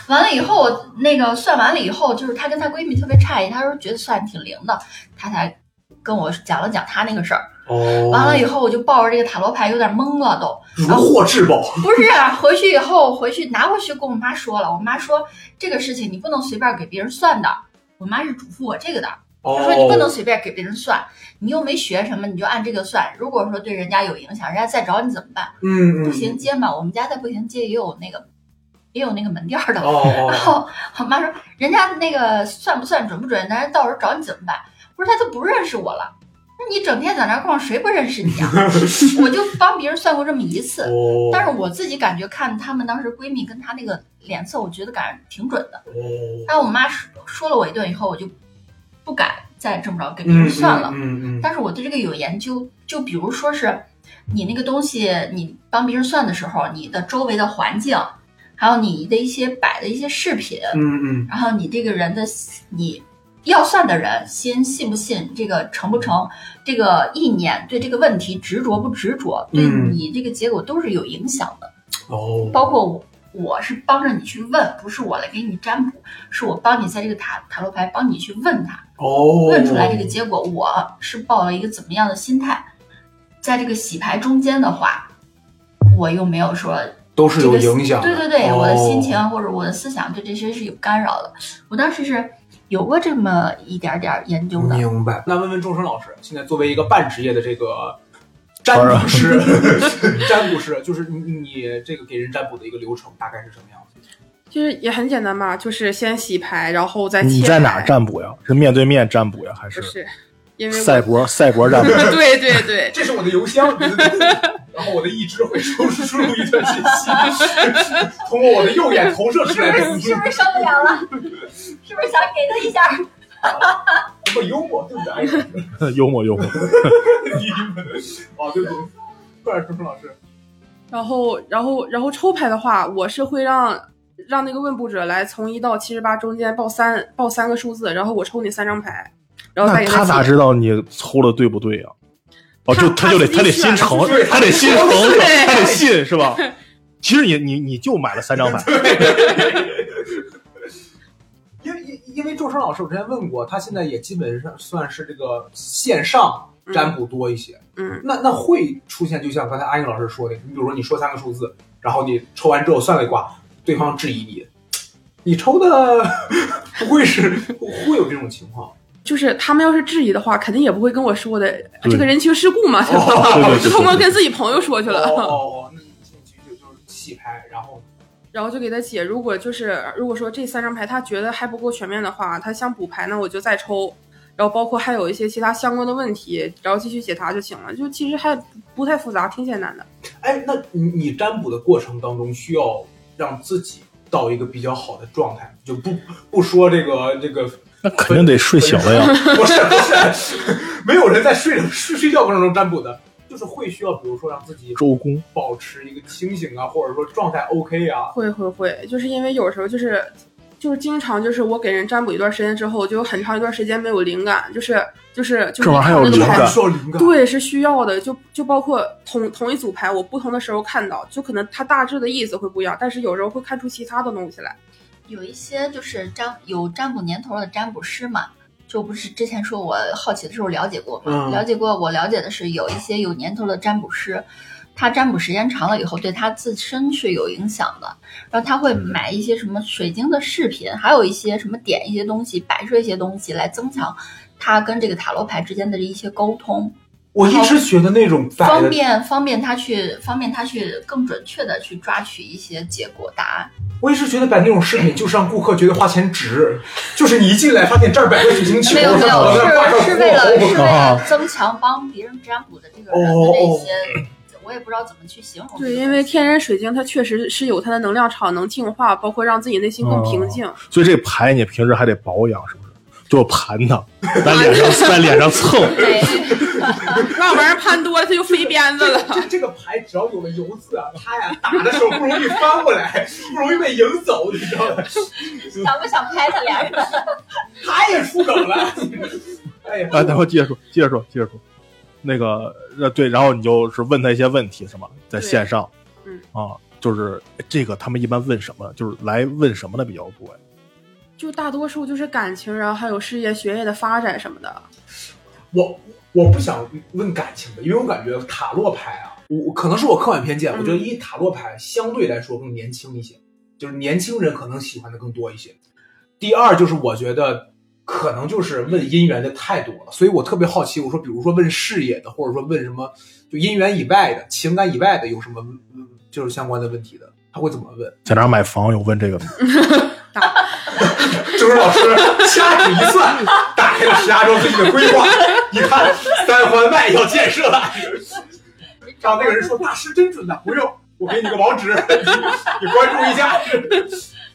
[SPEAKER 3] 完了以后，那个算完了以后，就是她跟她闺蜜特别诧异，她说觉得算挺灵的，她才跟我讲了讲她那个事儿。
[SPEAKER 2] 哦，
[SPEAKER 3] 完了以后，我就抱着这个塔罗牌有点懵了都，
[SPEAKER 2] 如获至宝，
[SPEAKER 3] 不是、啊，回去以后回去拿回去跟我妈说了，我妈说这个事情你不能随便给别人算的，我妈是嘱咐我这个的，
[SPEAKER 2] 哦
[SPEAKER 3] 她说你不能随便给别人算，你又没学什么，你就按这个算，如果说对人家有影响，人家再找你怎么办？
[SPEAKER 2] 嗯嗯，
[SPEAKER 3] 步行街嘛，我们家在步行街也有那个也有那个门店儿的。
[SPEAKER 2] 哦哦，
[SPEAKER 3] 然后我妈说，人家那个算不算准不准，人家到时候找你怎么办？我说他都不认识我了，那你整天在那儿逛，谁不认识你 啊？我就帮别人算过这么一次，
[SPEAKER 2] 哦，
[SPEAKER 3] 但是我自己感觉看她们当时闺蜜跟她那个脸色，我觉得感觉挺准的。
[SPEAKER 2] 哦，
[SPEAKER 3] 但是我妈说说了我一顿以后，我就不敢再这么着给别人算了。
[SPEAKER 2] 嗯嗯，
[SPEAKER 3] 但是我对这个有研究，就比如说是你那个东西，你帮别人算的时候，你的周围的环境，还有你的一些摆的一些饰品，
[SPEAKER 2] 嗯嗯
[SPEAKER 3] 然后你这个人的你要算的人心信不信，这个成不成，这个意念对这个问题执着不执着，对
[SPEAKER 2] 嗯
[SPEAKER 3] 你这个结果都是有影响的。
[SPEAKER 2] 哦，
[SPEAKER 3] 包括我，我是帮着你去问，不是我来给你占卜，是我帮你在这个塔塔罗牌帮你去问他，
[SPEAKER 2] 哦，
[SPEAKER 3] 问出来这个结果，我是抱了一个怎么样的心态，在这个洗牌中间的话，我又没有说
[SPEAKER 2] 都是有影响，
[SPEAKER 3] 对对对，
[SPEAKER 2] 哦
[SPEAKER 3] 我的心情或者我的思想对这些是有干扰的。我当时是有过这么一点点研究的，
[SPEAKER 2] 明白。那问问钟声老师，现在作为一个半职业的这个占卜师，占卜师就是你你这个给人占卜的一个流程大概是什么样子？
[SPEAKER 4] 就是也很简单嘛，就是先洗牌，然后再
[SPEAKER 1] 你
[SPEAKER 4] 切
[SPEAKER 1] 在哪
[SPEAKER 4] 牌
[SPEAKER 1] 儿占卜呀？是面对面占卜呀，还
[SPEAKER 4] 不
[SPEAKER 1] 是
[SPEAKER 4] 是，因为我
[SPEAKER 1] 赛博赛博占卜？
[SPEAKER 4] 对对对，
[SPEAKER 2] 这是我的邮箱，然后我的意志会输输入一段信息，通过我的右眼投射出来的信息，
[SPEAKER 3] 是受不了了？ 是不是想给他一下？
[SPEAKER 2] 不幽默，对不对？哎呀，
[SPEAKER 1] 幽默幽默，
[SPEAKER 2] 哦，对不对？快点，钟声老师，
[SPEAKER 4] 然后然后然后抽牌的话，我是会让让那个问卜者来从一到七十八中间报三报三个数字，然后我抽你三张牌，然后再
[SPEAKER 1] 那
[SPEAKER 4] 给
[SPEAKER 1] 他咋
[SPEAKER 4] 写
[SPEAKER 1] 知道你抽的对不对呀？哦，
[SPEAKER 4] 他
[SPEAKER 1] 就他就得
[SPEAKER 4] 他
[SPEAKER 1] 他得
[SPEAKER 4] 自己选
[SPEAKER 1] 心
[SPEAKER 4] 的
[SPEAKER 1] 诚
[SPEAKER 2] 对，
[SPEAKER 1] 他得心诚
[SPEAKER 4] 对，
[SPEAKER 1] 他得信是吧？其实你你你就买了三张 牌，
[SPEAKER 2] 因为因因为周生老师，我之前问过，他现在也基本上算是这个线上占卜多一些。
[SPEAKER 4] 嗯，
[SPEAKER 2] 那那会出现，就像刚才阿英老师说的，你比如说你说三个数字，然后你抽完之后算了一卦，对方质疑你，你抽的不会是会有这种情况？
[SPEAKER 4] 就是他们要是质疑的话，肯定也不会跟我说的，
[SPEAKER 1] 对
[SPEAKER 4] 这个人情世故嘛，就
[SPEAKER 2] 哦
[SPEAKER 1] 对对
[SPEAKER 4] 就
[SPEAKER 1] 对
[SPEAKER 4] 偷摸
[SPEAKER 1] 对对，
[SPEAKER 4] 跟自己朋友说去了。
[SPEAKER 2] 哦哦哦，那你就就就是洗牌，然后
[SPEAKER 4] 然后就给他解，如果就是如果说这三张牌他觉得还不够全面的话，他想补牌呢，我就再抽，然后包括还有一些其他相关的问题，然后继续解答就行了。就其实还不太复杂，挺简单的。
[SPEAKER 2] 哎，那你你占卜的过程当中，需要让自己到一个比较好的状态，就不不说这个这个
[SPEAKER 1] 那肯定得 睡醒了 呀。
[SPEAKER 2] 不是不是，没有人在睡睡睡觉过程中占卜的，就是会需要，比如说让自己
[SPEAKER 1] 周公，
[SPEAKER 2] 保持一个清醒啊，或者说状态 OK 啊。
[SPEAKER 4] 会会会，就是因为有时候就是就是经常就是我给人占卜一段时间之后，我就有很长一段时间没有灵感，就是就是就是
[SPEAKER 1] 这玩意儿还有
[SPEAKER 4] 看那个
[SPEAKER 1] 灵
[SPEAKER 4] 牌
[SPEAKER 1] 感
[SPEAKER 2] 需要灵感。，
[SPEAKER 4] 对，是需要的。就就包括同同一组牌，我不同的时候看到，就可能它大致的意思会不一样，但是有时候会看出其他的东西来。
[SPEAKER 3] 有一些就是占有占卜年头的占卜师嘛，就不是之前说我好奇的时候了解过嘛，
[SPEAKER 2] 嗯
[SPEAKER 3] 了解过。我了解的是有一些有年头的占卜师，他占卜时间长了以后，对他自身是有影响的。然后他
[SPEAKER 2] 嗯
[SPEAKER 3] 会买一些什么水晶的饰品，还有一些什么点一些东西、摆设一些东西来增强他跟这个塔罗牌之间的一些沟通。
[SPEAKER 2] 我一直觉得那种摆
[SPEAKER 3] 方
[SPEAKER 2] 的
[SPEAKER 3] 便方便他去方便他去更准确的去抓取一些结果答案。
[SPEAKER 2] 我一直觉得摆那种饰品就是让顾客觉得花钱值，就是你一进来发现这儿摆个水晶球，
[SPEAKER 3] 没有没
[SPEAKER 2] 然后
[SPEAKER 3] 有，
[SPEAKER 2] 在那儿挂上
[SPEAKER 3] 是是为了哦
[SPEAKER 2] 火
[SPEAKER 3] 是为了增强帮别人占卜的这个人的那些，我也不知道怎么去形容。
[SPEAKER 4] 对，因为天然水晶它确实是有它的能量场，能净化，包括让自己内心更平静。
[SPEAKER 1] 所以这牌你平时还得保养，是不是？就盘它，在脸上在脸上蹭，
[SPEAKER 3] 对，
[SPEAKER 4] 那玩意儿攀多了，它就飞鞭子了。
[SPEAKER 2] 这这个牌只要有了“油”字啊，它呀打的时候不容易翻过来，不容易被赢走，你知道 吗？
[SPEAKER 3] 想不想拍他俩人？
[SPEAKER 2] 他也出梗了，哎呀，
[SPEAKER 1] 啊，然后接着说，接着说，接着说，那个呃对，然后你就是问他一些问题是吗？在
[SPEAKER 4] 对
[SPEAKER 1] 线上，
[SPEAKER 4] 嗯
[SPEAKER 1] 啊，就是这个他们一般问什么？就是来问什么的比较多呀？
[SPEAKER 4] 就大多数就是感情，然后还有事业、学业的发展什么的。
[SPEAKER 2] 我我不想问感情的，因为我感觉塔罗牌啊，我可能是我刻板偏见，
[SPEAKER 4] 嗯
[SPEAKER 2] 我觉得一塔罗牌相对来说更年轻一些，就是年轻人可能喜欢的更多一些。第二就是我觉得可能就是问姻缘的太多了，所以我特别好奇，我说比如说问事业的，或者说问什么就姻缘以外的、情感以外的有什么嗯就是相关的问题的，他会怎么问？
[SPEAKER 1] 在哪儿买房有问这 个吗？
[SPEAKER 2] 周老师掐指一算，打开了石家庄最近的规划，一看三环外要建设了。然后那个人说：“大师真准的，不用，我给你个网址，你你关注一下。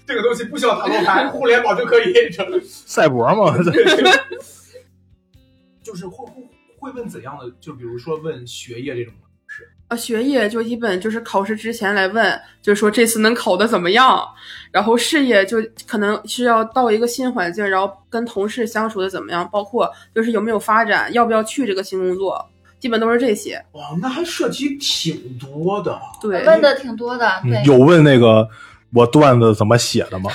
[SPEAKER 2] 这个东西不需要塔罗牌，互联网就可以。”
[SPEAKER 1] 赛博吗？
[SPEAKER 2] 就是会会会问怎样的？就比如说问学业这种吗
[SPEAKER 4] 呃，学业就基本就是考试之前来问，就是说这次能考得怎么样，然后事业就可能是要到一个新环境，然后跟同事相处的怎么样，包括就是有没有发展，要不要去这个新工作，基本都是这些。
[SPEAKER 2] 哇，那还涉及挺多的。啊
[SPEAKER 4] 对，
[SPEAKER 3] 问的挺多的，对，
[SPEAKER 1] 嗯有问那个我段子怎么写 的吗？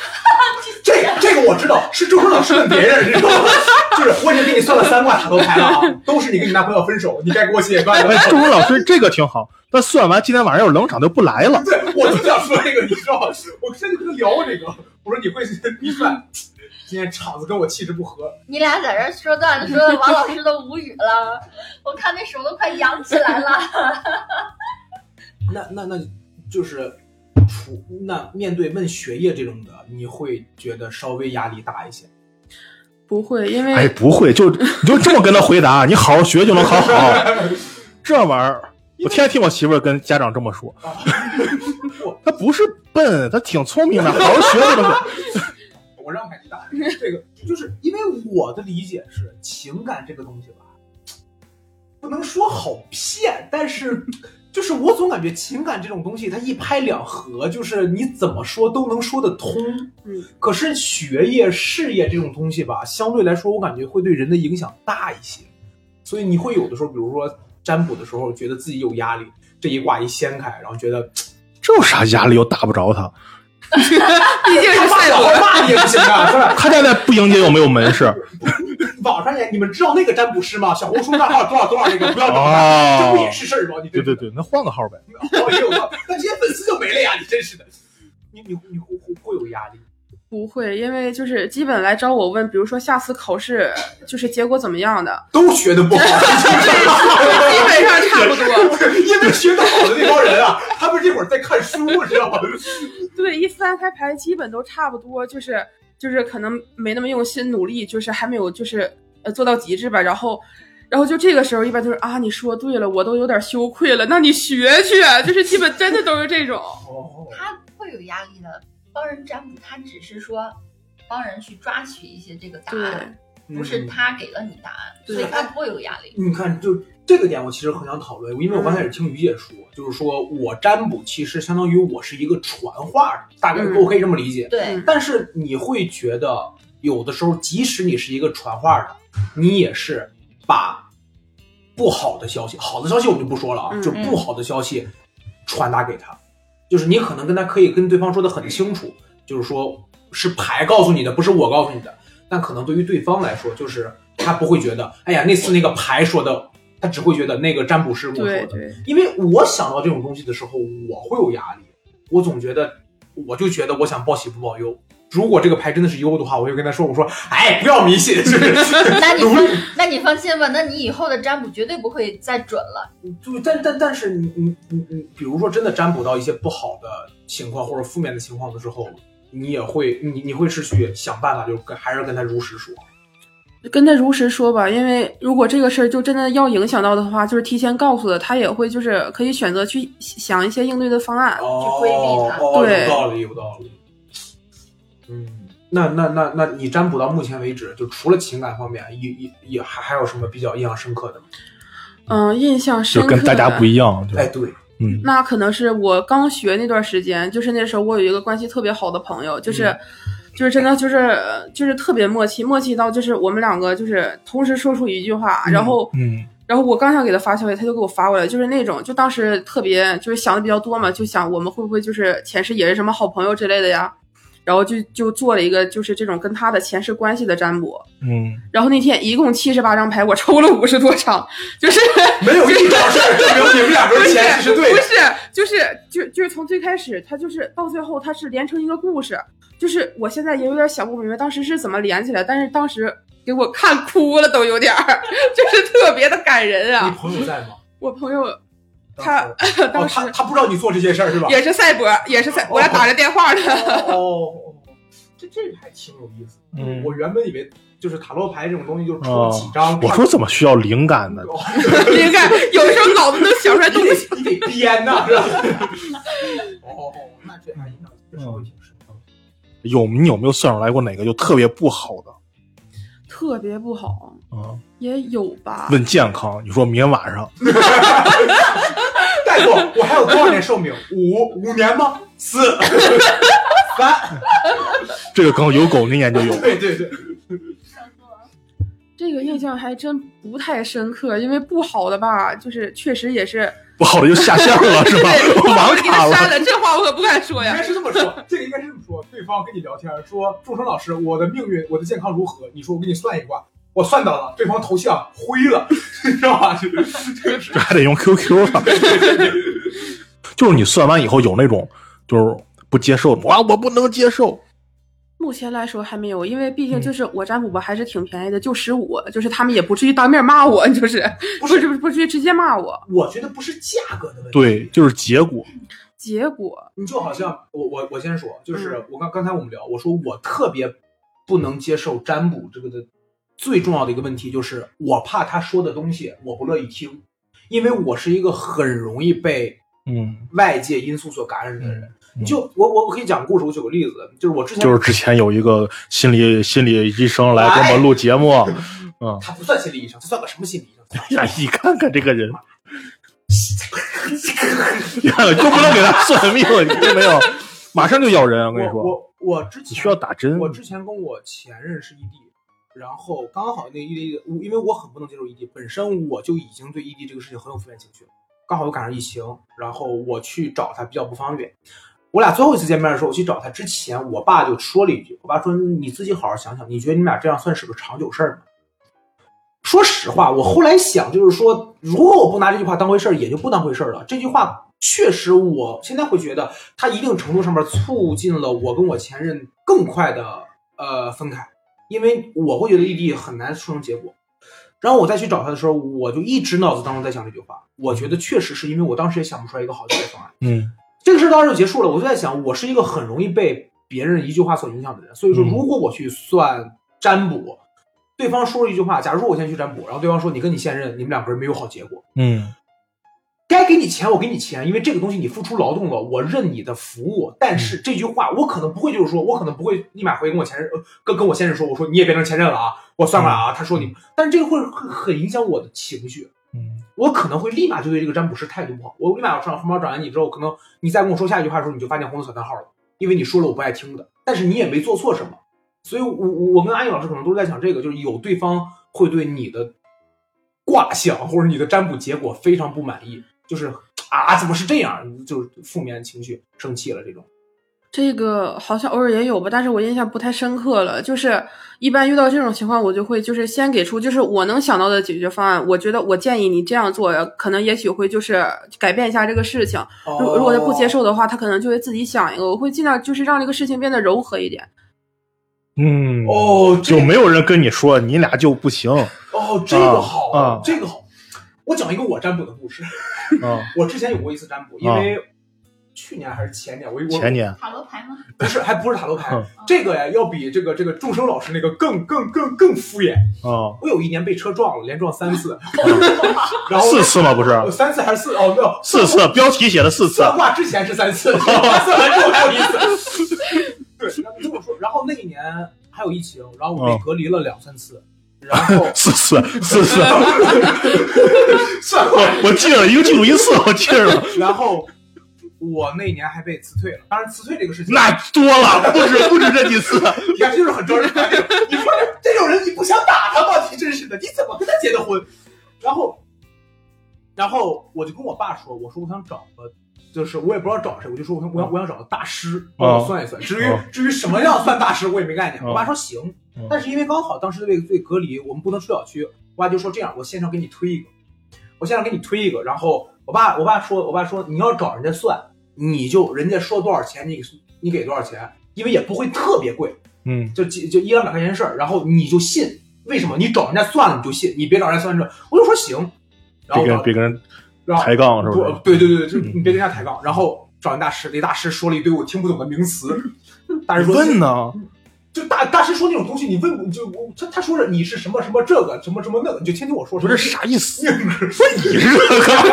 [SPEAKER 2] 这个这个我知道，是周周老师问别人，你知道吗？就是我已经给你算了三卦塔罗牌了啊，都是你跟你男朋友分手，你该给我写一卦了
[SPEAKER 1] 哎，。周文老师这个挺好，但算完今天晚上有冷场就不来了。
[SPEAKER 2] 对， 我就想说这个，你知道吗？我甚至跟他聊过这个，我说你会预算，今天场子跟我气质不合，
[SPEAKER 3] 你俩在这儿说段子，说的王老师都无语了，我看那手都快扬起来了。
[SPEAKER 2] 那那那就是除那面对问学业这种的，你会觉得稍微压力大一些。
[SPEAKER 4] 不会，因为、
[SPEAKER 1] 哎，不会，就你就这么跟他回答，你好好学就能考好。 这玩意儿，我天天听我媳妇儿跟家长这么说
[SPEAKER 2] 啊，
[SPEAKER 1] 他不是笨，他挺聪明的，好好学就能。
[SPEAKER 2] 我让凯迪打这个，就是因为我的理解是情感这个东西吧，不能说好骗，但是就是我总感觉情感这种东西，它一拍两合，就是你怎么说都能说得通。
[SPEAKER 4] 嗯，
[SPEAKER 2] 可是学业、事业这种东西吧，相对来说，我感觉会对人的影响大一些，所以你会有的时候，比如说占卜的时候，觉得自己有压力，这一卦一掀开，然后觉得
[SPEAKER 1] 这有啥压力？又打不着他，
[SPEAKER 4] 毕竟
[SPEAKER 2] 他
[SPEAKER 4] 是
[SPEAKER 2] 骂
[SPEAKER 4] 赛
[SPEAKER 2] 小
[SPEAKER 4] 博，
[SPEAKER 2] 孩骂你也不行啊，是吧？
[SPEAKER 1] 他现在不迎接有没有门市？
[SPEAKER 2] 网上也，你们知道那个占卜师吗？小红书账号多少多少那 个，不要找他，这不
[SPEAKER 1] 哦
[SPEAKER 2] 也，是事儿吗？你
[SPEAKER 1] 对
[SPEAKER 2] 这哦
[SPEAKER 1] 对，对，那换个号呗。
[SPEAKER 2] 我也有道理，那这些粉丝就没了呀！你真是的，你你你会会会有压力，
[SPEAKER 4] 不会，因为就是基本来找我问，比如说下次考试就是结果怎么样的，
[SPEAKER 2] 都学的不好，
[SPEAKER 4] 基本上差不多。
[SPEAKER 2] 因为学的好的那帮人啊，他们这会儿在看书，知道吗？
[SPEAKER 4] 对，一翻开牌基本都差不多，就是就是可能没那么用心努力，就是还没有就是呃做到极致吧。然后，然后就这个时候一般就是啊，你说对了，我都有点羞愧了，那你学去，啊就是基本真的都是这种。
[SPEAKER 2] 哦，
[SPEAKER 3] 他会有压力的，帮人占卜，他只是说帮人去抓取一些这个答
[SPEAKER 4] 对，
[SPEAKER 3] 案，不是他给了你答案，
[SPEAKER 4] 对
[SPEAKER 3] 所以他不会有压力。
[SPEAKER 2] 嗯你看，就这个点，我其实很想讨论，因为我刚开始听于姐说，就是说我占卜其实相当于我是一个传话人，大概
[SPEAKER 4] 嗯
[SPEAKER 2] 我可以这么理解。
[SPEAKER 3] 对
[SPEAKER 4] 嗯，
[SPEAKER 2] 但是你会觉得，有的时候即使你是一个传话的，你也是把不好的消息，好的消息我们就不说了啊，
[SPEAKER 4] 嗯
[SPEAKER 2] 就不好的消息传达给他，就是你可能跟他可以跟对方说的很清楚，就是说是牌告诉你的，不是我告诉你的，但可能对于对方来说，就是他不会觉得，哎呀，那次那个牌说的，他只会觉得那个占卜师跟我说
[SPEAKER 4] 对
[SPEAKER 2] 的，
[SPEAKER 4] 对，
[SPEAKER 2] 因为我想到这种东西的时候，我会有压力，我总觉得，我就觉得我想报喜不报忧，如果这个牌真的是优的话，我就跟他说，我说，哎，不要迷信， 就是
[SPEAKER 3] 那你
[SPEAKER 2] 努
[SPEAKER 3] 放
[SPEAKER 2] 力，
[SPEAKER 3] 那你放心吧，那你以后的占卜绝对不会再准了。
[SPEAKER 2] 就但但但是你你你你，比如说真的占卜到一些不好的情况或者负面的情况的时候，你也会你你会是去想办法，就是跟还是跟他如实说。
[SPEAKER 4] 跟他如实说吧，因为如果这个事儿就真的要影响到的话，就是提前告诉他，他也会就是可以选择去想一些应对的方案。
[SPEAKER 2] 哦，
[SPEAKER 3] 规避它
[SPEAKER 2] 哦，
[SPEAKER 4] 对
[SPEAKER 2] 有道理，有道理。嗯，那那那那你占卜到目前为止，就除了情感方面，也也也还还有什么比较印象深刻的吗？
[SPEAKER 4] 嗯、印象深
[SPEAKER 1] 就
[SPEAKER 4] 刻。
[SPEAKER 1] 跟大家不一样，就
[SPEAKER 2] 哎，对，
[SPEAKER 1] 嗯，
[SPEAKER 4] 那可能是我刚学那段时间，就是那时候我有一个关系特别好的朋友，就是，
[SPEAKER 2] 嗯
[SPEAKER 4] 就是真的就是呃就是特别默契，默契到就是我们两个就是同时说出一句话，然后
[SPEAKER 1] 嗯嗯
[SPEAKER 4] 然后我刚想给他发消息，他就给我发过来，就是那种就当时特别就是想的比较多嘛，就想我们会不会就是前世也是什么好朋友之类的呀，然后就就做了一个就是这种跟他的前世关系的占卜，
[SPEAKER 1] 嗯，
[SPEAKER 4] 然后那天一共七十八张牌，我抽了五十多张，就是。
[SPEAKER 2] 没有一张事儿证明你们俩说
[SPEAKER 4] 不
[SPEAKER 2] 的
[SPEAKER 4] 是
[SPEAKER 2] 前世是对
[SPEAKER 4] 不
[SPEAKER 2] 的。
[SPEAKER 4] 是，就是就就是从最开始，他就是到最后，他是连成一个故事。就是我现在也有点想不明白当时是怎么连起来，但是当时给我看哭了都有点儿， 就是特别的感人
[SPEAKER 2] 你
[SPEAKER 4] 啊！
[SPEAKER 2] 朋友在吗？
[SPEAKER 4] 我朋友 他
[SPEAKER 2] 当时
[SPEAKER 4] 当
[SPEAKER 2] 哦，
[SPEAKER 4] 时
[SPEAKER 2] 他他不知道你做这些事儿是吧？
[SPEAKER 4] 也是赛博，也是赛，我俩打着电话 呢。
[SPEAKER 2] 哦哦，哦这这还挺有意思。
[SPEAKER 1] 嗯
[SPEAKER 2] 我原本以为就是塔罗牌这种东西，就抽几张。
[SPEAKER 1] 我说怎么需要灵感呢？
[SPEAKER 2] 哦
[SPEAKER 4] 灵感有时候脑子能想出来
[SPEAKER 2] 你
[SPEAKER 4] 东西。
[SPEAKER 2] 得你得编呐， 是吧？哦，那这还影响确实会挺深的。
[SPEAKER 1] 有你有没有算出来过哪个就特别不好的？
[SPEAKER 4] 特别不好，
[SPEAKER 1] 嗯，
[SPEAKER 4] 也有吧。
[SPEAKER 1] 问健康，你说明天晚上
[SPEAKER 2] 大夫，我还有多少年寿 命？五五年吗？四三？
[SPEAKER 1] 这个梗有狗那年就有，
[SPEAKER 2] 对对对，
[SPEAKER 4] 这个印象还真不太深刻，因为不好的吧，就是确实也是
[SPEAKER 1] 不好的就下线 了是吧？
[SPEAKER 4] 对，
[SPEAKER 1] 我网
[SPEAKER 4] 给
[SPEAKER 1] 卡
[SPEAKER 4] 他删
[SPEAKER 1] 了，
[SPEAKER 4] 了，这话我可不敢说
[SPEAKER 2] 应
[SPEAKER 4] 呀
[SPEAKER 2] 该。是这么说， 这个应该是这么说。对方跟你聊天说：“众生老师，我的命运，我的健康如何？”你说：“我给你算一卦。”我算到了，对方头像灰了， 你知道吧？就是这个是
[SPEAKER 1] 这还得用 QQ 了。 就是你算完以后有那种就是不接受，哇，我不能接受，
[SPEAKER 4] 目前来说还没有，因为毕
[SPEAKER 1] 嗯
[SPEAKER 4] 竟就是我占卜吧，还是挺便宜的，就十五，就是他们也不至于当面骂我，就是
[SPEAKER 2] 不
[SPEAKER 4] 不
[SPEAKER 2] 是
[SPEAKER 4] 是不是不至于直接骂我。
[SPEAKER 2] 我觉得不是价格的问题，
[SPEAKER 1] 对，就是结果，
[SPEAKER 4] 结果
[SPEAKER 2] 你就好像我我我先说，就是我刚刚才我们聊，我说我特别不能接受占卜这个的最重要的一个问题，就是我怕他说的东西我不乐意听，因为我是一个很容易被
[SPEAKER 1] 嗯，
[SPEAKER 2] 外界因素所感染的人。
[SPEAKER 1] 嗯嗯
[SPEAKER 2] 就我我我可以讲故事，我举个例子，就是我之前
[SPEAKER 1] 就是之前有一个心理心理医生来给我们录节目，
[SPEAKER 2] 哎
[SPEAKER 1] 嗯，
[SPEAKER 2] 他不算心理医生，他算个什么心理医生？
[SPEAKER 1] 呀，你看看这个人，呀，就不能给他算命，你听没有？马上就咬人，我跟你
[SPEAKER 2] 我
[SPEAKER 1] 说，
[SPEAKER 2] 我我之前
[SPEAKER 1] 你需要打针
[SPEAKER 2] 我之前跟我前任是异地，然后刚好那异地，我因为我很不能接受异地，本身我就已经对异地这个事情很有负面情绪了，刚好又赶上疫情，然后我去找他比较不方便。我俩最后一次见面的时候，我去找他之前，我爸就说了一句：“我爸说你自己好好想想，你觉得你们俩这样算是个长久事儿吗？”说实话，我后来想，就是说，如果我不拿这句话当回事儿，也就不当回事儿了。这句话确实，我现在会觉得，它一定程度上面促进了我跟我前任更快的呃分开，因为我会觉得异地很难促成结果。然后我再去找他的时候，我就一直脑子当中在想这句话。我觉得确实是因为我当时也想不出来一个好的解决方案。
[SPEAKER 1] 嗯
[SPEAKER 2] 这个事儿当时就结束了。我就在想，我是一个很容易被别人一句话所影响的人，所以说，
[SPEAKER 1] 嗯
[SPEAKER 2] 如果我去算占卜，对方说了一句话，假如说我现在去占卜，然后对方说你跟你现任，你们两个人没有好结果，
[SPEAKER 1] 嗯，
[SPEAKER 2] 该给你钱我给你钱，因为这个东西你付出劳动了，我认你的服务。但是这句话我可能不会，就是说我可能不会立马回跟我前任，呃跟跟我现任说，我说你也变成前任了啊，我算了啊，他说你，但是这个会会很影响我的情绪。
[SPEAKER 1] 嗯
[SPEAKER 2] 我可能会立马就对这个占卜师态度不好，我立马上红包找完你之后，可能你再跟我说下一句话的时候，你就发现红色小叹号了，因为你说了我不爱听的，但是你也没做错什么，所以我我我跟阿姨老师可能都是在想这个，就是有对方会对你的卦象或者你的占卜结果非常不满意，就是啊怎么是这样，就是负面情绪生气了这种，
[SPEAKER 4] 这个好像偶尔也有吧，但是我印象不太深刻了。就是一般遇到这种情况，我就会就是先给出就是我能想到的解决方案，我觉得我建议你这样做，可能也许会就是改变一下这个事情。如如果他不接受的话，他可能就会自己想一个。我会尽量就是让这个事情变得柔和一点，
[SPEAKER 1] 嗯，
[SPEAKER 2] 哦，这
[SPEAKER 1] 就没有人跟你说你俩就不行啊
[SPEAKER 2] 哦，这个好，
[SPEAKER 1] 啊
[SPEAKER 2] 这个好。我讲一个我占卜的故事。
[SPEAKER 1] 嗯
[SPEAKER 2] 我之前有过一次占卜，因为去年还是前年，我 我
[SPEAKER 1] 啊前年
[SPEAKER 3] 塔罗牌吗？
[SPEAKER 2] 不是还不是塔罗牌
[SPEAKER 1] 嗯，
[SPEAKER 2] 这个呀要比这个这个众生老师那个更更更更敷衍。
[SPEAKER 1] 啊，
[SPEAKER 2] 我有一年被车撞了，连撞三次，然后
[SPEAKER 1] 嗯四次吗？不是，
[SPEAKER 2] 呃三次还是四哦没有
[SPEAKER 1] 四次，标题写的四次
[SPEAKER 2] 算卦之前是三 次，算完之后还有一次。对，然后这么说，然后那一年还有疫情，然后我被
[SPEAKER 1] 嗯
[SPEAKER 2] 隔离了两三次，然后
[SPEAKER 1] 四次，四次，
[SPEAKER 2] 算卦，
[SPEAKER 1] 我我记着了，一个记住一次，我记着了，
[SPEAKER 2] 然后我那一年还被辞退了。当然，辞退这个事情，
[SPEAKER 1] 那多了，不止不止这几次，
[SPEAKER 2] 你看这就是很招人烦。你说这这种人，你不想打他吗？你真是的，你怎么跟他结的婚？然后，然后我就跟我爸说，我说我想找个，就是我也不知道找谁，我就说我想我想我想找个大师帮我算一算。至于、
[SPEAKER 1] 哦
[SPEAKER 2] 至于什么样算大师，我也没概念。
[SPEAKER 1] 哦
[SPEAKER 2] 我爸说行
[SPEAKER 1] 嗯，
[SPEAKER 2] 但是因为刚好当时被被隔离，我们不能出小区，我爸就说这样，我线上给你推一个，我线上给你推一个。然后我爸我爸说我爸说你要找人家算，你就人家说多少钱，你你给多少钱，因为也不会特别贵。
[SPEAKER 1] 嗯
[SPEAKER 2] 就几就一两百块钱的事儿，然后你就信，为什么？你找人家算了你就信，你别找人家算这，我就说行，
[SPEAKER 1] 别
[SPEAKER 2] 然后
[SPEAKER 1] 跟
[SPEAKER 2] 找
[SPEAKER 1] 别跟人
[SPEAKER 2] 然后
[SPEAKER 1] 抬杠是不
[SPEAKER 2] 不
[SPEAKER 1] 是？嗯
[SPEAKER 2] 对对对，就是你别跟人家抬杠，然后找人大师，那大师说了一堆我听不懂的名词，大师说
[SPEAKER 1] 问呢？
[SPEAKER 2] 就大大师说那种东西，你问你就我他他说是你是什么什么这个什么什么那个，你就听听我说什
[SPEAKER 1] 不
[SPEAKER 2] 么，
[SPEAKER 1] 是啥意思？ 问你是这个。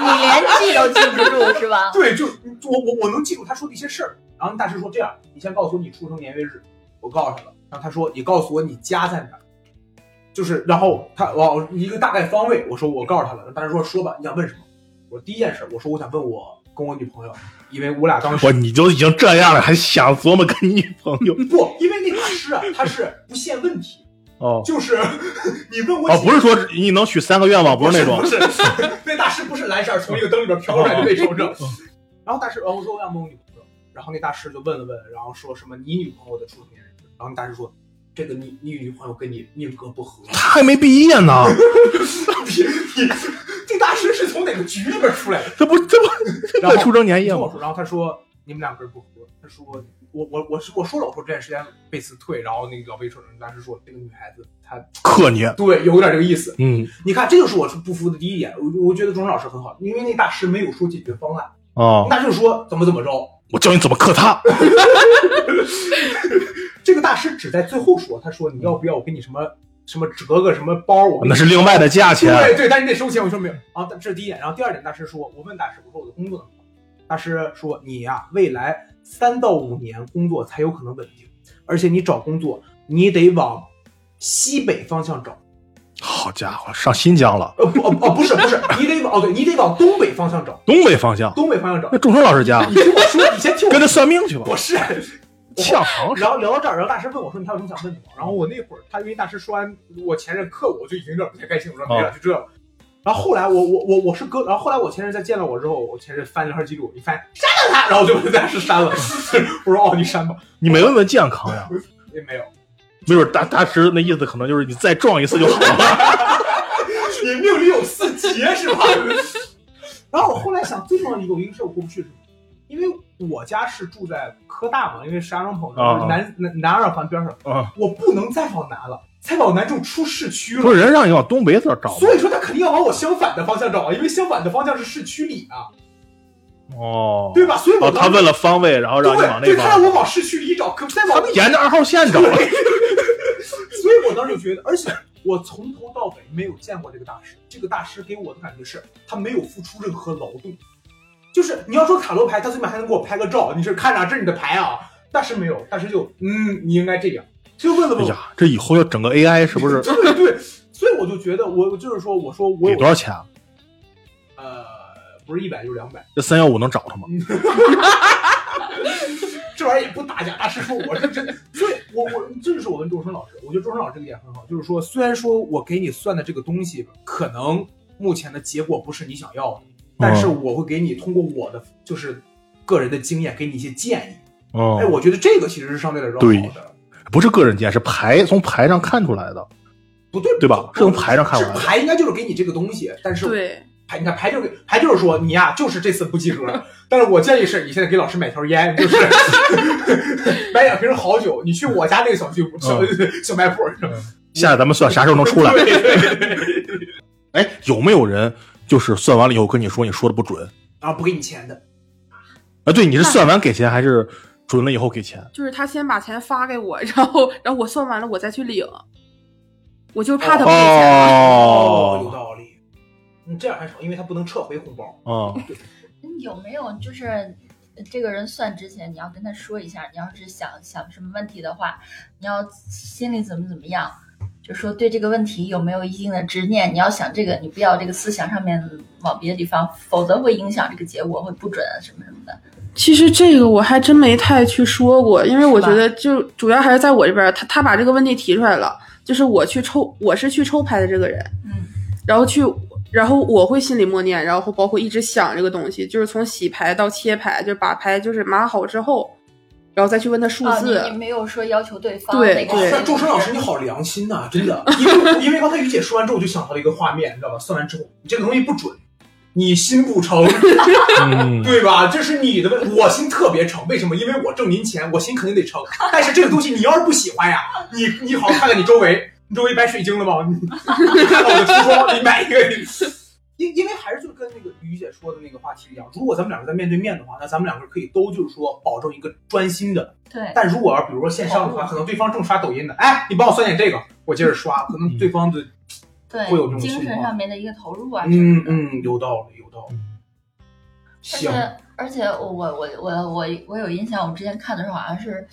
[SPEAKER 3] 啊你连记都记不住是 吧？
[SPEAKER 2] 对，就我我我能记住他说的一些事儿。然后大师说这样，你先告诉我你出生年月日，我告诉他了。然后他说你告诉我你家在哪儿，就是然后他我一个大概方位，我说我告诉他了。大师说说吧，你想问什么？我说第一件事，我说我想问我跟我女朋友，因为我俩当时
[SPEAKER 1] 我你都已经这样了，还想琢磨跟你女朋友？
[SPEAKER 2] 不，因为那大师啊，他是不限问题，
[SPEAKER 1] 哦
[SPEAKER 2] 就是 你问我
[SPEAKER 1] 哦
[SPEAKER 2] 几，
[SPEAKER 1] 不是说你能许三个愿望，不是那种
[SPEAKER 2] 不。是， 那大师不是蓝色从一个灯里边飘出来的那种的。 然后大师，然后我说我想问我女朋友，然后那大师就问了问，然后说什么你女朋友的出生年月日，然后那大师说这个你你女朋友跟你命格不合，
[SPEAKER 1] 他还没毕业呢，
[SPEAKER 2] 你你这大师是从哪个局里边出来的？
[SPEAKER 1] 这不这不这
[SPEAKER 2] 然后
[SPEAKER 1] 不出生年
[SPEAKER 2] 你
[SPEAKER 1] 月
[SPEAKER 2] 跟我
[SPEAKER 1] 吗？
[SPEAKER 2] 说，然后他说你们两个人不合，他说我我我是我说了，我说这段时间被辞退，然后那个老魏说，大师说这个女孩子她
[SPEAKER 1] 克你，
[SPEAKER 2] 对有点这个意思，
[SPEAKER 1] 嗯
[SPEAKER 2] 你看这就是我是不服的第一点，我我觉得钟老师很好，因为那大师没有说解决方案。
[SPEAKER 1] 哦，
[SPEAKER 2] 大师就说怎么怎么着，
[SPEAKER 1] 我教你怎么克他。
[SPEAKER 2] 这个大师只在最后说，他说你要不要我给你什么什么折个什么包，我给你
[SPEAKER 1] 哦那是另外的价钱。啊
[SPEAKER 2] 对对，但是你得收钱，我说没有。然后这是第一点，然后第二点，大师说，我问大师，我说我的工作怎么样？大师说你呀、未来三到五年工作才有可能稳定，而且你找工作你得往西北方向找，
[SPEAKER 1] 好家伙，上新疆了，
[SPEAKER 2] 呃不哦哦不是不是，你得往哦对，你得往东北方向找，
[SPEAKER 1] 东北方向。
[SPEAKER 2] 东北方向找
[SPEAKER 1] 那。众生老师家
[SPEAKER 2] 你 听我说，你先听我
[SPEAKER 1] 跟着算命去吧，
[SPEAKER 2] 不是，
[SPEAKER 1] 呛行
[SPEAKER 2] 然后聊到这儿，然后大师问我说：“你还有什么想问的吗？”然后我那会儿，他因为大师说完我前任克我，我就已经有点不太开心，我说没了，就这了。然后后来我我我我是哥，然后后来我前任在见了我之后，我前任翻聊天记录，一翻删了他，然后我就把大师 删了。我说哦，你删吧，
[SPEAKER 1] 你没问问健康呀？
[SPEAKER 2] 也没有，
[SPEAKER 1] 没准大大师那意思可能就是你再撞一次就好了。
[SPEAKER 2] 你命里有四劫是吧？ 然后我后来想，最重要的一个我一个事儿我过不去是什么？因为我家是住在科大嘛，因为石家庄朋友就是南南南二环边上，
[SPEAKER 1] 啊，
[SPEAKER 2] 我不能再往南了，再往南就出市区了。
[SPEAKER 1] 不是人让你往东北走找吗
[SPEAKER 2] 所以说他肯定要往我相反的方向找啊，因为相反的方向是市区里啊，
[SPEAKER 1] 哦，
[SPEAKER 2] 对吧？所以我
[SPEAKER 1] 哦，他问了方位，然后让你往那
[SPEAKER 2] 对对，他让
[SPEAKER 1] 方。
[SPEAKER 2] 我往市区里找，可再
[SPEAKER 1] 他
[SPEAKER 2] 往
[SPEAKER 1] 们沿着二号线找。
[SPEAKER 2] 所以我当时就觉得，而且我从头到尾没有见过这个大师，这个大师给我的感觉是他没有付出任何劳动，就是你要说塔罗牌，他最起码还能给我拍个照，你是看啥、这是你的牌啊，大师没有，大师就嗯，你应该这样，就问了
[SPEAKER 1] 哎
[SPEAKER 2] 问我，
[SPEAKER 1] 呀，这以后要整个 AI 是不是
[SPEAKER 2] 对对， 所以我就觉得我就是说，我说我
[SPEAKER 1] 给
[SPEAKER 2] 有
[SPEAKER 1] 多少钱啊？
[SPEAKER 2] 呃不是一百就是两百。
[SPEAKER 1] 这三幺五能找他吗？
[SPEAKER 2] 这玩意儿也不打假，大师说我是真，所以我我这就是我问周生老师，我觉得周生老师这个点很好，就是说虽然说我给你算的这个东西可能目前的结果不是你想要的，但是
[SPEAKER 1] 嗯
[SPEAKER 2] 我会给你通过我的就是个人的经验给你一些建议，哎，
[SPEAKER 1] 嗯，
[SPEAKER 2] 我觉得这个其实是相对来说
[SPEAKER 1] 对
[SPEAKER 2] 好的，
[SPEAKER 1] 不是个人见，是牌从牌上看出来的。
[SPEAKER 2] 不对
[SPEAKER 1] 对吧
[SPEAKER 2] 不
[SPEAKER 1] 是从牌上看
[SPEAKER 2] 是
[SPEAKER 1] 完的
[SPEAKER 4] 哦
[SPEAKER 2] 牌应该就是给你这个东西，但是
[SPEAKER 4] 对，
[SPEAKER 2] 牌，你看牌就是牌就是说你呀、就是这次不及 格。但是我建议是你现在给老师买条烟，就是 买两瓶好酒，你去我家那个小区小、 小卖部，
[SPEAKER 1] 下来咱们算啥时候嗯能出来？
[SPEAKER 2] 对对对
[SPEAKER 1] 哎，有没有人就是算完了以后跟你说你说的不准？
[SPEAKER 2] 然后不给你钱的，
[SPEAKER 1] 啊，对，你是算完给钱还是准了以后给钱？
[SPEAKER 4] 就是他先把钱发给我， 然后然后我算完了我再去领，我就怕他不给钱。
[SPEAKER 2] 有
[SPEAKER 1] 哦，
[SPEAKER 2] 道理。你这样还成，因为他不能撤回红包。
[SPEAKER 1] 嗯，
[SPEAKER 3] 有没有就是这个人算之前，你要跟他说一下，你要是想想什么问题的话，你要心里怎么怎么样，就说对这个问题有没有一定的执念，你要想这个，你不要这个思想上面往别的地方，否则会影响这个结果，会不准啊什么什么的。
[SPEAKER 4] 其实这个我还真没太去说过，因为我
[SPEAKER 3] 是吧
[SPEAKER 4] 觉得就主要还是在我这边儿，他他把这个问题提出来了，就是我去抽，我是去抽牌的这个人，
[SPEAKER 3] 嗯，
[SPEAKER 4] 然后去，然后我会心里默念，然后包括一直想这个东西，就是从洗牌到切牌，就是把牌就是码好之后，然后再去问他数
[SPEAKER 3] 哦，
[SPEAKER 4] 字。
[SPEAKER 3] 你你没有说要求对方
[SPEAKER 4] 对
[SPEAKER 3] 那个
[SPEAKER 4] 对
[SPEAKER 2] 但周深老师你好良心呐、真 的，因为因为刚才于姐说完之后，我就想到了一个画面，你知道吧？算完之后，你这个东西不准，你心不诚，
[SPEAKER 1] 嗯
[SPEAKER 2] 对吧？这是你的问，我心特别诚，为什么？因为我挣您钱，我心肯定得 诚。但是这个东西你要是不喜欢呀，你你好好看看你周围， 你周围白水晶了吗？你 你看到我的橱窗，你 买一个。你因因为还是就跟那个于姐说的那个话题一样，如果咱们两个在面对面的话，那咱们两个可以都就是说保证一个专心的。
[SPEAKER 3] 对，
[SPEAKER 2] 但如果啊要比如说线上的话，可能对方正刷抖音呢，哎，你帮我算点这个，我接着刷，可能对方的会有这
[SPEAKER 3] 对，
[SPEAKER 2] 种
[SPEAKER 3] 精
[SPEAKER 2] 情
[SPEAKER 3] 神
[SPEAKER 2] 况
[SPEAKER 3] 上面的一个投入啊，
[SPEAKER 2] 嗯。嗯有道理有道理。
[SPEAKER 3] 但
[SPEAKER 2] 行，
[SPEAKER 3] 是，而且我我我我我我有印象，我之前看的时候好像是，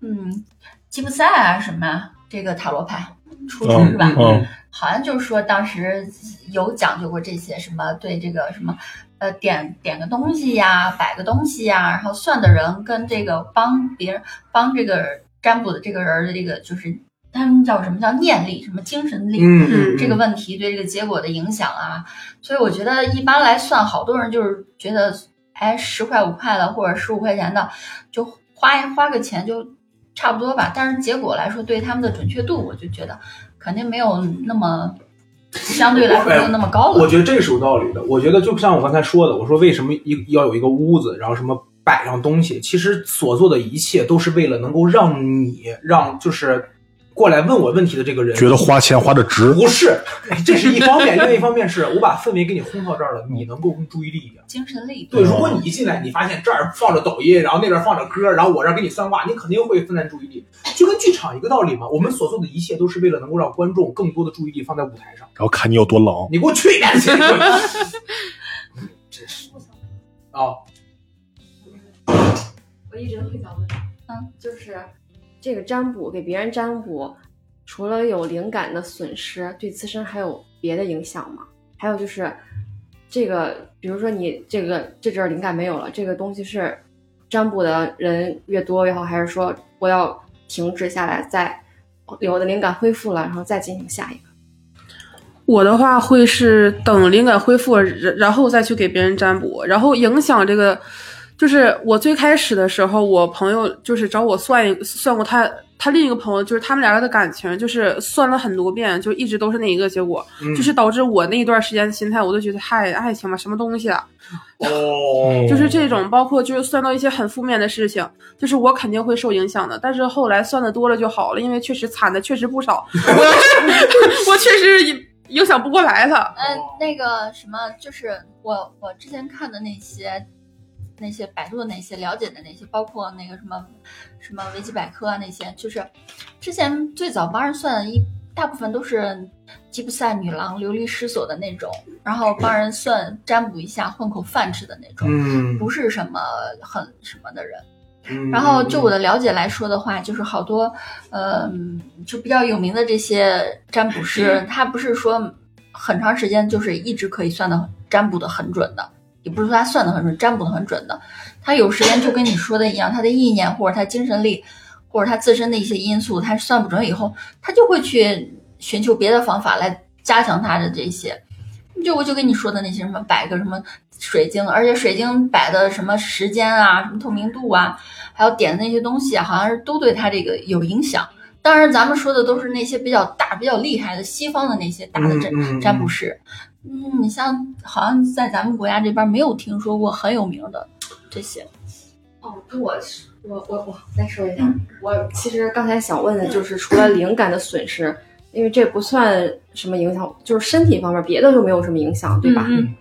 [SPEAKER 3] 嗯，吉普赛啊什么啊这个塔罗牌出处
[SPEAKER 1] 嗯
[SPEAKER 3] 是吧？
[SPEAKER 1] 嗯
[SPEAKER 3] 好像就是说当时有讲究过这些什么对这个什么，呃，点点个东西呀，摆个东西呀，然后算的人跟这个帮别人帮这个占卜的这个人的这个就是他们叫什么叫念力，什么精神力，
[SPEAKER 2] 嗯嗯，
[SPEAKER 3] 这个问题对这个结果的影响啊。所以我觉得一般来算，好多人就是觉得，哎，十块五块的或者十五块钱的，就花一花个钱就差不多吧。但是结果来说，对他们的准确度，我就觉得肯定没有那么相对来说没有那么高
[SPEAKER 2] 我
[SPEAKER 3] 了。
[SPEAKER 2] 觉得这是有道理的。我觉得就像我刚才说的，我说为什么一要有一个屋子，然后什么摆上东西，其实所做的一切都是为了能够让你让就是过来问我问题的这个人
[SPEAKER 1] 觉得花钱花的值，
[SPEAKER 2] 不是，这是一方面，另一方面是我把氛围给你烘到这儿了，你能够更注意力一点。
[SPEAKER 3] 精神力
[SPEAKER 1] 嗯
[SPEAKER 2] 对，如果你一进来，你发现这儿放着抖音，然后那边放着歌，然后我这儿给你算卦，你肯定会分散注意力，就跟剧场一个道理嘛。我们所做的一切都是为了能够让观众更多的注意力放在舞台上。
[SPEAKER 1] 然后看你有多冷。
[SPEAKER 2] 你给我去一边 去！真是哦，
[SPEAKER 5] 我一直都会想问，
[SPEAKER 3] 嗯，
[SPEAKER 5] 就是这个占卜给别人占卜，除了有灵感的损失，对自身还有别的影响吗？还有就是这个，比如说你这个这阵儿灵感没有了，这个东西是占卜的人越多越好，还是说我要停止下来，再有的灵感恢复了，然后再进行下一个？
[SPEAKER 4] 我的话会是等灵感恢复，然然后再去给别人占卜，然后影响这个。就是我最开始的时候，我朋友就是找我算一算过他他另一个朋友，就是他们俩的感情，就是算了很多遍，就一直都是那一个结果，
[SPEAKER 2] 嗯
[SPEAKER 4] 就是导致我那一段时间的心态，我都觉得嗨，爱情嘛，什么东西啊，
[SPEAKER 2] 哦，
[SPEAKER 4] 就是这种，包括就是算到一些很负面的事情，就是我肯定会受影响的。但是后来算的多了就好了，因为确实惨的确实 不少， 我我确实影影响不过来了。
[SPEAKER 3] 嗯，那个什么，就是我我之前看的那些，那些百度的那些了解的那些，包括那个什么什么维基百科啊那些，就是之前最早帮人算的一大部分都是吉普赛女郎流离失所的那种，然后帮人算占卜一下混口饭吃的那种，
[SPEAKER 2] 嗯，
[SPEAKER 3] 不是什么很什么的人。
[SPEAKER 2] 嗯
[SPEAKER 3] 然后就我的了解来说的话，就是好多，呃，就比较有名的这些占卜师，他不是说很长时间就是一直可以算的占卜的很准的，也不是说他算的很准，占卜的很准的，他有时间就跟你说的一样，他的意念或者他精神力或者他自身的一些因素，他算不准以后，他就会去寻求别的方法来加强他的这些。就我就跟你说的那些什么摆个什么水晶，而且水晶摆的什么时间啊、什么透明度啊，还有点的那些东西啊，好像是都对他这个有影响。当然，咱们说的都是那些比较大、比较厉害的西方的那些大的占
[SPEAKER 2] 嗯嗯嗯
[SPEAKER 3] 占卜师，嗯，你像好像在咱们国家这边没有听说过很有名的这些。
[SPEAKER 5] 哦，那我是我我我再说一下，我其实刚才想问的就是，除了灵感的损失，因为这不算什么影响，就是身体方面别的就没有什么影响，对吧？
[SPEAKER 3] 嗯嗯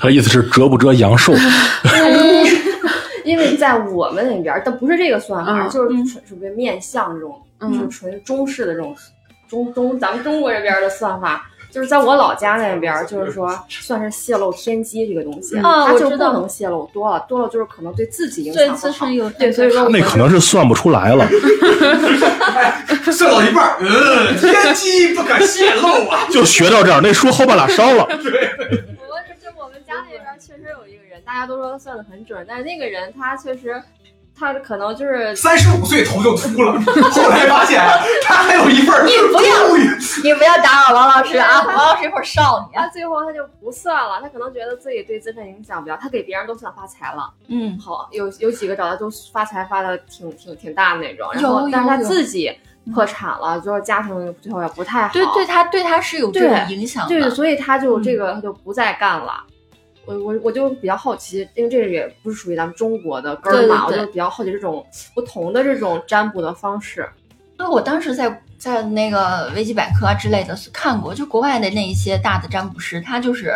[SPEAKER 1] 他的意思是折不折阳寿？
[SPEAKER 5] 因为在我们那边儿，但不是这个算法，
[SPEAKER 4] 嗯
[SPEAKER 5] 就是纯属于面向这种，
[SPEAKER 3] 嗯
[SPEAKER 5] 就是纯中式的这种中中咱们中国这边儿的算法。就是在我老家那边儿，就是说算是泄露天机这个东西，
[SPEAKER 3] 嗯
[SPEAKER 5] 它
[SPEAKER 3] 我
[SPEAKER 5] 就不
[SPEAKER 3] 知道
[SPEAKER 5] 能泄露多了，多了就是可能对自己影
[SPEAKER 3] 对
[SPEAKER 5] 响不
[SPEAKER 3] 自
[SPEAKER 5] 好
[SPEAKER 3] 身。有
[SPEAKER 5] 对，所以说我
[SPEAKER 1] 那可能是算不出来了，
[SPEAKER 2] 算到一半儿，嗯，天机不可泄露啊！
[SPEAKER 1] 就学到这儿。那书后半拉烧了，
[SPEAKER 5] 我问就我们家那边确实有一个人，大家都说他算的很准，但是那个人他确实，他可能 就是
[SPEAKER 2] 三十五岁头就秃了，后来发现他还有一份儿
[SPEAKER 3] 你不要
[SPEAKER 2] 终于
[SPEAKER 3] 你不要打扰王老师啊，王老师一会儿烧你啊。
[SPEAKER 5] 他最后他就不算了，他可能觉得自己对自身影响比较，他给别人都算发财了。
[SPEAKER 3] 嗯，
[SPEAKER 5] 好，啊有有几个找他都发财发的挺挺挺大的那种，然
[SPEAKER 3] 有
[SPEAKER 5] 后但是他
[SPEAKER 3] 有有
[SPEAKER 5] 自己破产了，就是家庭最后也不太好。
[SPEAKER 3] 对对他对他是有这种影响
[SPEAKER 5] 对，
[SPEAKER 3] 的。
[SPEAKER 5] 所以他就这个他就不再干了。我我我就比较好奇，因为这个也不是属于咱们中国的根儿嘛，
[SPEAKER 3] 对对对
[SPEAKER 5] 我就比较好奇这种不同的这种占卜的方式。
[SPEAKER 3] 因为我当时在在那个维基百科啊之类的看过，就国外的那一些大的占卜师，他就是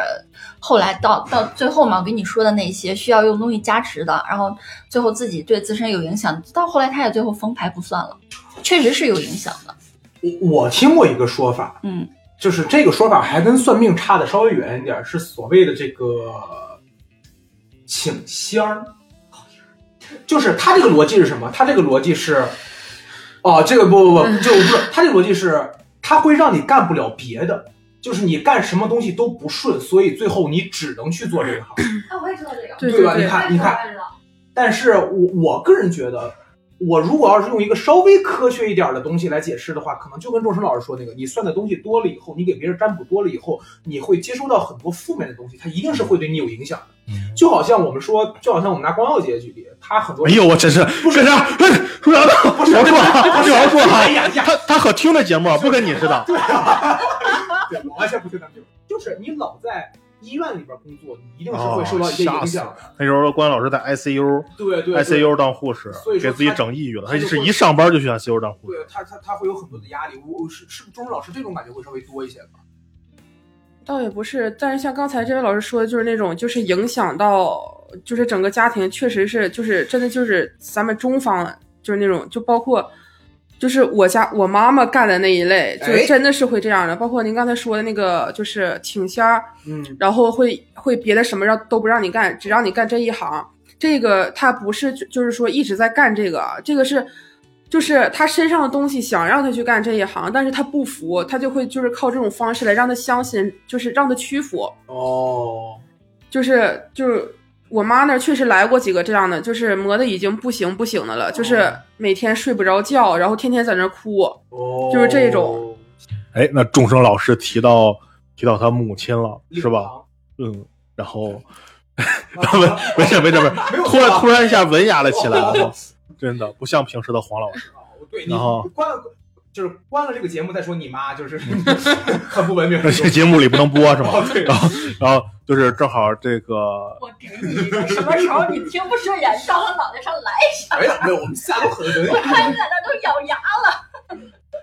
[SPEAKER 3] 后来到到最后嘛，我跟你说的那些需要用东西加持的，然后最后自己对自身有影响，到后来他也最后封牌不算了，确实是有影响的。
[SPEAKER 2] 我听过一个说法，
[SPEAKER 3] 嗯，
[SPEAKER 2] 就是这个说法还跟算命差的稍微远一点儿，是所谓的这个请仙儿，就是他这个逻辑是什么？他这个逻辑是，哦，这个不不不，就不是他这个逻辑是，他会让你干不了别的，就是你干什么东西都不顺，所以最后你只能去做这个行业。
[SPEAKER 5] 啊，我也知道这个。
[SPEAKER 4] 对
[SPEAKER 2] 对吧
[SPEAKER 4] 对
[SPEAKER 2] 你看你看但是我我个人觉得，我如果要是用一个稍微科学一点的东西来解释的话，可能就跟周深老师说那个，你算的东西多了以后，你给别人占卜多了以后，你会接收到很多负面的东西，它一定是会对你有影响的。就好像我们说，就好像我们拿光耀姐举例，她很
[SPEAKER 1] 嗯
[SPEAKER 2] 多
[SPEAKER 1] 哎呦，我真是跟啥？哎说啥呢？王硕啊，王硕
[SPEAKER 2] 哎
[SPEAKER 1] 啊，
[SPEAKER 2] 呀呀，
[SPEAKER 1] 他他可听这节目，不跟你似的。
[SPEAKER 2] 对，我完全不听他们这种，就是你老在医院里边工作，你一定是会受到一些影响的。
[SPEAKER 1] 那时候关老师在 ICU
[SPEAKER 2] 对对对
[SPEAKER 1] ICU 当护士
[SPEAKER 2] 所以，说
[SPEAKER 1] 给自己
[SPEAKER 2] 他
[SPEAKER 1] 整抑郁了。
[SPEAKER 2] 他
[SPEAKER 1] 他
[SPEAKER 2] 就是会
[SPEAKER 1] 一上班就去 ICU 当护士。
[SPEAKER 2] 对他他他会有很多的压力，我我是是不是周深老师这种感觉会稍微多一些吧？
[SPEAKER 4] 倒也不是，但是像刚才这位老师说的，就是那种就是影响到就是整个家庭，确实是就是真的就是咱们中方就是那种就包括。就是我家我妈妈干的那一类，就
[SPEAKER 2] 哎
[SPEAKER 4] 真的是会这样的。包括您刚才说的那个，就是请仙儿，
[SPEAKER 2] 嗯，
[SPEAKER 4] 然后会会别的什么让都不让你干，只让你干这一行。这个他不是就就是说一直在干这个啊，这个是就是他身上的东西想让他去干这一行，但是他不服，他就会就是靠这种方式来让他相信，就是让他屈服。
[SPEAKER 2] 哦，
[SPEAKER 4] 就是就是我妈那儿确实来过几个这样的，就是磨的已经不行不行的了，就是每天睡不着觉，然后天天在那儿哭。
[SPEAKER 2] 哦，
[SPEAKER 4] 就是这种
[SPEAKER 1] 哎，那众生老师提到提到他母亲了，是吧？？嗯，然后 他们没事没事没事，
[SPEAKER 2] 没有
[SPEAKER 1] 突然突然一下文雅了起来，
[SPEAKER 2] 哦
[SPEAKER 1] 啊真的不像平时的黄老师。
[SPEAKER 2] 对，你
[SPEAKER 1] 然后
[SPEAKER 2] 关了就是关了这个节目再说你妈，就是 很不文明。
[SPEAKER 1] 那这 节目里不能播是吗？
[SPEAKER 2] 哦，对，
[SPEAKER 1] 然后然后就是正好这个
[SPEAKER 3] 我给你一个，什么时候你听不顺眼，到我脑袋上来，
[SPEAKER 2] 哎呀，没有，我们仨都很文明。
[SPEAKER 3] 看你在那都咬牙。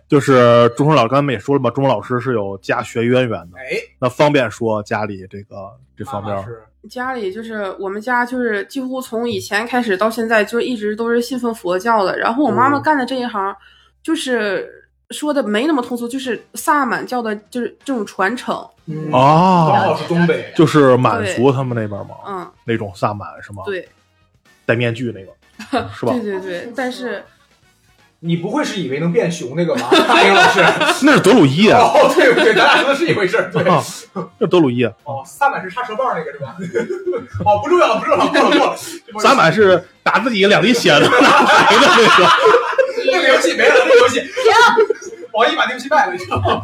[SPEAKER 1] 就是钟声老师刚才们也说了嘛，钟老师是有家学渊源的，
[SPEAKER 2] 哎，
[SPEAKER 1] 那方便说家里这个这方面
[SPEAKER 2] 妈
[SPEAKER 1] 儿
[SPEAKER 2] 妈
[SPEAKER 4] 啊
[SPEAKER 2] 是
[SPEAKER 4] 家里就是我们家就是几乎从以前开始到现在就一直都是信奉佛教的。然后我妈妈
[SPEAKER 1] 嗯
[SPEAKER 4] 干的这一行，就是说的没那么通俗，就是萨满教的，就是这种传承。
[SPEAKER 2] 嗯，刚
[SPEAKER 1] 啊，
[SPEAKER 2] 好是东北，
[SPEAKER 1] 就是满族他们那边嘛，
[SPEAKER 4] 嗯，
[SPEAKER 1] 那种萨满啊是吗？
[SPEAKER 4] 对，
[SPEAKER 1] 戴面具那 个是吧
[SPEAKER 4] 对？对对。但是
[SPEAKER 2] 你不会是以为能变熊那个吧， 大英老师？
[SPEAKER 1] 那 是德鲁伊啊，
[SPEAKER 2] 哦，对对，咱俩说的是一回事儿。对，
[SPEAKER 1] 啊那是德鲁伊啊。
[SPEAKER 2] 哦，萨满是插舌棒那个是吧？ 哦，不重要，不重要，过了过了。
[SPEAKER 1] 咱满是打自己两滴 血的，拿牌的那个。
[SPEAKER 2] 那个游戏没了，那个游戏停，网易把那游戏卖了，你知道吗？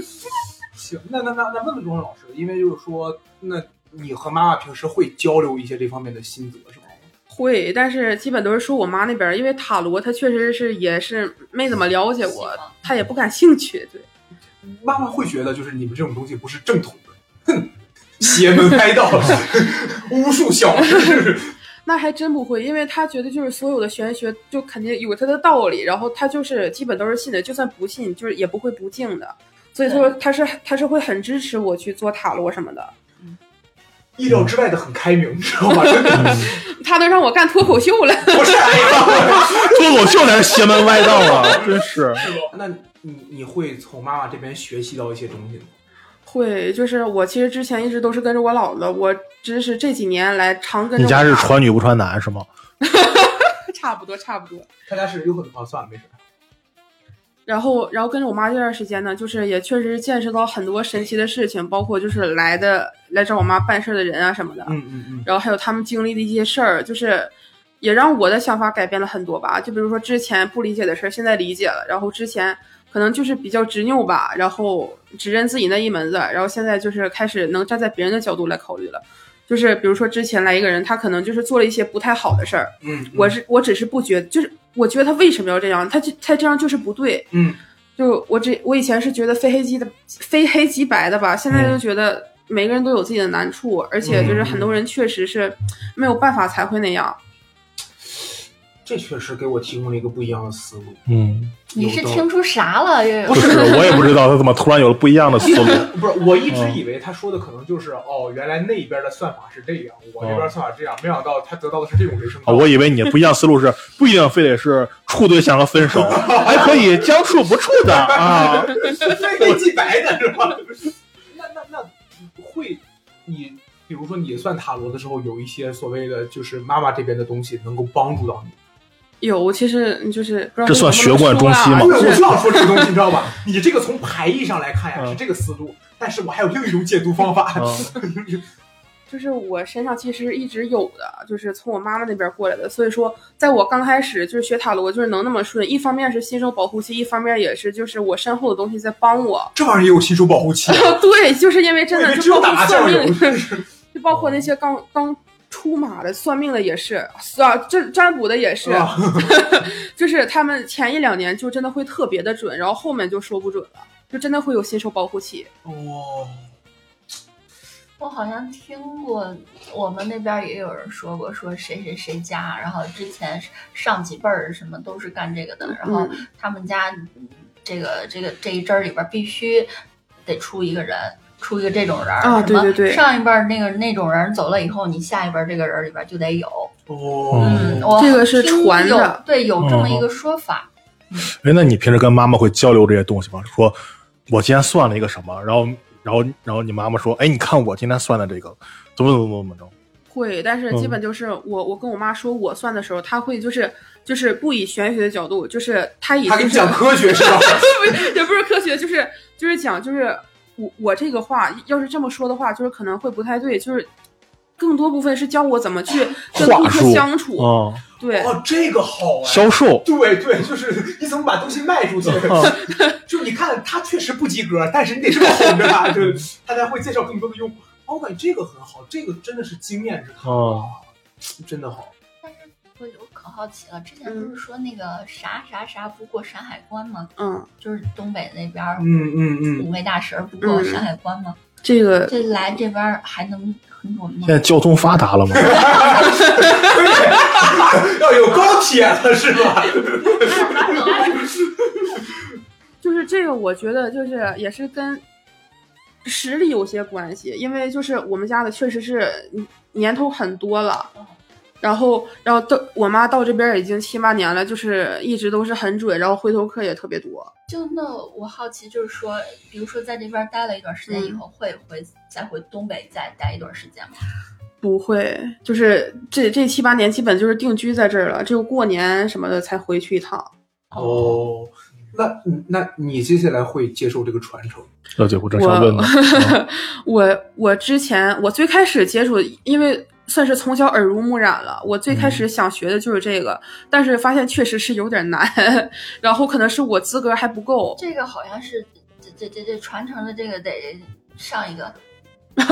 [SPEAKER 2] 行，那那那那问问钟老师，因为就是说，那你和妈妈平时会交流一些这方面的心得是吧？
[SPEAKER 4] 会，但是基本都是说我妈那边儿，因为塔罗她确实是也是没怎么了解我，她也不感兴趣。对，嗯
[SPEAKER 2] 妈妈会觉得就是你们这种东西不是正统的，哼，邪门歪道， 巫术小事。
[SPEAKER 4] 那还真不会，因为他觉得就是所有的玄学就肯定有它的道理，然后他就是基本都是信的，就算不信就是也不会不敬的。所以说他是他是会很支持我去做塔罗什么的，
[SPEAKER 2] 意料之外的很开明，知道吗？真 的
[SPEAKER 4] 他都让我干脱口秀了。
[SPEAKER 2] 不是 哎呀，
[SPEAKER 1] 脱口秀才是邪门歪道啊！ 真是，
[SPEAKER 2] 那你你会从妈妈这边学习到一些东西吗？
[SPEAKER 4] 会，就是我其实之前一直都是跟着我姥姥，我只是这几年来常跟着
[SPEAKER 1] 你
[SPEAKER 4] 我
[SPEAKER 1] 家是
[SPEAKER 4] 爸
[SPEAKER 1] 传女不传男是吗？
[SPEAKER 4] 差不多差不多。
[SPEAKER 2] 他家是有可能啊，算了，没事。
[SPEAKER 4] 然后，然后跟着我妈这段时间呢，就是也确实见识到很多神奇的事情，包括就是来的来找我妈办事儿的人啊什么的，
[SPEAKER 2] 嗯嗯嗯，
[SPEAKER 4] 然后还有他们经历的一些事儿，就是也让我的想法改变了很多吧。就比如说之前不理解的事儿，现在理解了；然后之前可能就是比较执拗吧，然后只认自己那一门子，然后现在就是开始能站在别人的角度来考虑了。就是比如说之前来一个人，他可能就是做了一些不太好的事儿，
[SPEAKER 2] 嗯，
[SPEAKER 4] 我是我只是不觉，就是我觉得他为什么要这样，他就他这样就是不对，
[SPEAKER 2] 嗯，
[SPEAKER 4] 就我这我以前是觉得非黑即的非黑即白的吧，
[SPEAKER 1] 嗯
[SPEAKER 4] 现在就觉得每个人都有自己的难处，而且就是很多人确实是没有办法才会那样。
[SPEAKER 2] 这确实给我提供了一个不一样的思路。
[SPEAKER 1] 嗯，
[SPEAKER 3] 你是
[SPEAKER 2] 有道理
[SPEAKER 3] 听出啥了？这
[SPEAKER 1] 不是，我也不知道他怎么突然有了不一样的思 路。
[SPEAKER 2] 不是，我一直
[SPEAKER 1] 嗯
[SPEAKER 2] 以为他说的可能就是哦，原来那边的算法是这样，我这边
[SPEAKER 1] 嗯
[SPEAKER 2] 算法是这样，没想到他得到的是这种人生
[SPEAKER 1] 啊，
[SPEAKER 2] 观。
[SPEAKER 1] 我以为你不一样思路是不一定非得是处对象和分手， 还可以将处不处的 啊。
[SPEAKER 2] 非黑即白的是吧？那那那会，你比如说你算塔罗的时候，有一些所谓的就是妈妈这边的东西能够帮助到你。
[SPEAKER 4] 有，其实就是不知道
[SPEAKER 1] 这算
[SPEAKER 4] 能不能
[SPEAKER 1] 学贯
[SPEAKER 4] 说
[SPEAKER 1] 中
[SPEAKER 4] 啊
[SPEAKER 1] 西吗
[SPEAKER 2] 对，
[SPEAKER 4] 就
[SPEAKER 2] 哎我
[SPEAKER 4] 是
[SPEAKER 2] 就要说这个东西，你知道吧？你这个从牌意上来看呀
[SPEAKER 1] 嗯
[SPEAKER 2] 是这个思路，但是我还有另一种解读方法。
[SPEAKER 4] 就是我身上其实一直有的，就是从我妈妈那边过来的。所以说，在我刚开始就是学塔罗，就是能那么顺，一方面是新手保护期，一方面也是就是我身后的东西在帮我。
[SPEAKER 2] 这玩意儿也有新手保护期啊，
[SPEAKER 4] 对，就是因为
[SPEAKER 2] 我
[SPEAKER 4] 真
[SPEAKER 2] 以
[SPEAKER 4] 的
[SPEAKER 2] 为只
[SPEAKER 4] 就
[SPEAKER 2] 有
[SPEAKER 4] 包
[SPEAKER 2] 打
[SPEAKER 4] 括
[SPEAKER 2] 麻
[SPEAKER 4] 算
[SPEAKER 2] 将有
[SPEAKER 4] 命。。 就包括那些刚刚出马的算命的也是，啊，这占卜的也是，
[SPEAKER 2] 啊
[SPEAKER 4] 就是他们前一两年就真的会特别的准，然后后面就说不准了，就真的会有新手保护期。
[SPEAKER 2] 哦，
[SPEAKER 3] 我好像听过，我们那边也有人说过，说谁谁谁家，然后之前上几辈儿什么都是干这个
[SPEAKER 4] 嗯
[SPEAKER 3] 的，然后他们家这个这个这一支儿里边必须得出一个人。出一个这种人儿
[SPEAKER 4] 啊
[SPEAKER 3] 什么
[SPEAKER 4] 对对对
[SPEAKER 3] 上一辈儿那个那种人走了以后，你下一辈儿这个人儿里边就得有。嗯，
[SPEAKER 2] 哦，
[SPEAKER 3] 我
[SPEAKER 4] 这个是
[SPEAKER 3] 听
[SPEAKER 4] 传的
[SPEAKER 3] 有对，有这么一个说法。
[SPEAKER 1] 哎，那你平时跟妈妈会交流这些东西吗？说我今天算了一个什么，然后然后然后你妈妈说，哎，你看我今天算的这个怎么怎么怎么着？
[SPEAKER 4] 会，但是基本就是我我跟我妈说我算的时候，她会就是就是不以玄学的角度，就是她以
[SPEAKER 2] 他给
[SPEAKER 4] 就
[SPEAKER 2] 你
[SPEAKER 4] 是
[SPEAKER 2] 讲科学是吧？
[SPEAKER 4] 不是 也不是科学，就是就是讲就是我我这个话要是这么说的话，就是可能会不太对，就是更多部分是教我怎么去跟顾
[SPEAKER 1] 话
[SPEAKER 4] 客
[SPEAKER 1] 术
[SPEAKER 4] 相处，
[SPEAKER 1] 啊，
[SPEAKER 4] 对。
[SPEAKER 2] 哦，这个好哎。
[SPEAKER 1] 销售
[SPEAKER 2] 对对，就是你怎么把东西卖 出去？就是你看他确实不及格，但是你得这么哄着 他，对，他才会介绍更多的用户。哦，我感觉这个很好，这个真的是经验之谈
[SPEAKER 1] 嗯
[SPEAKER 2] 啊，真的好。
[SPEAKER 3] 我我可好奇了，之前不是说那个啥啥啥不过山海关吗？
[SPEAKER 4] 嗯，
[SPEAKER 3] 就是东北那边儿
[SPEAKER 2] 嗯嗯嗯，
[SPEAKER 3] 五位大神儿不过山海关吗？
[SPEAKER 4] 这个
[SPEAKER 3] 这来这边儿还能很准吗
[SPEAKER 1] 现？在交通发 达了嘛，
[SPEAKER 2] 要哦有高铁了是吧？
[SPEAKER 4] 就是这个，我觉得就是也是跟实力有些关系，因为就是我们家的确实是年头很多了，然后然后到我妈到这边已经七八年了，就是一直都是很准，然后回头客也特别多。
[SPEAKER 3] 就那我好奇，就是说，比如说在这边儿待了一段时间以后，会回再回东北再待一段时间吗？
[SPEAKER 4] 不会，就是这这七八年基本就是定居在这儿了，只有过年什么的才回去一趟。
[SPEAKER 2] 哦，那那你接下来会接受这个传承？
[SPEAKER 1] 了解我正想
[SPEAKER 4] 我
[SPEAKER 1] 问呢。啊
[SPEAKER 4] 我我之前我最开始接触，因为算是从小耳濡目染了。我最
[SPEAKER 1] 嗯
[SPEAKER 4] 开始想学的就是这个，但是发现确实是有点难，然后可能是我资格还不够。
[SPEAKER 3] 这个好像是这这这这传承的这个得上一个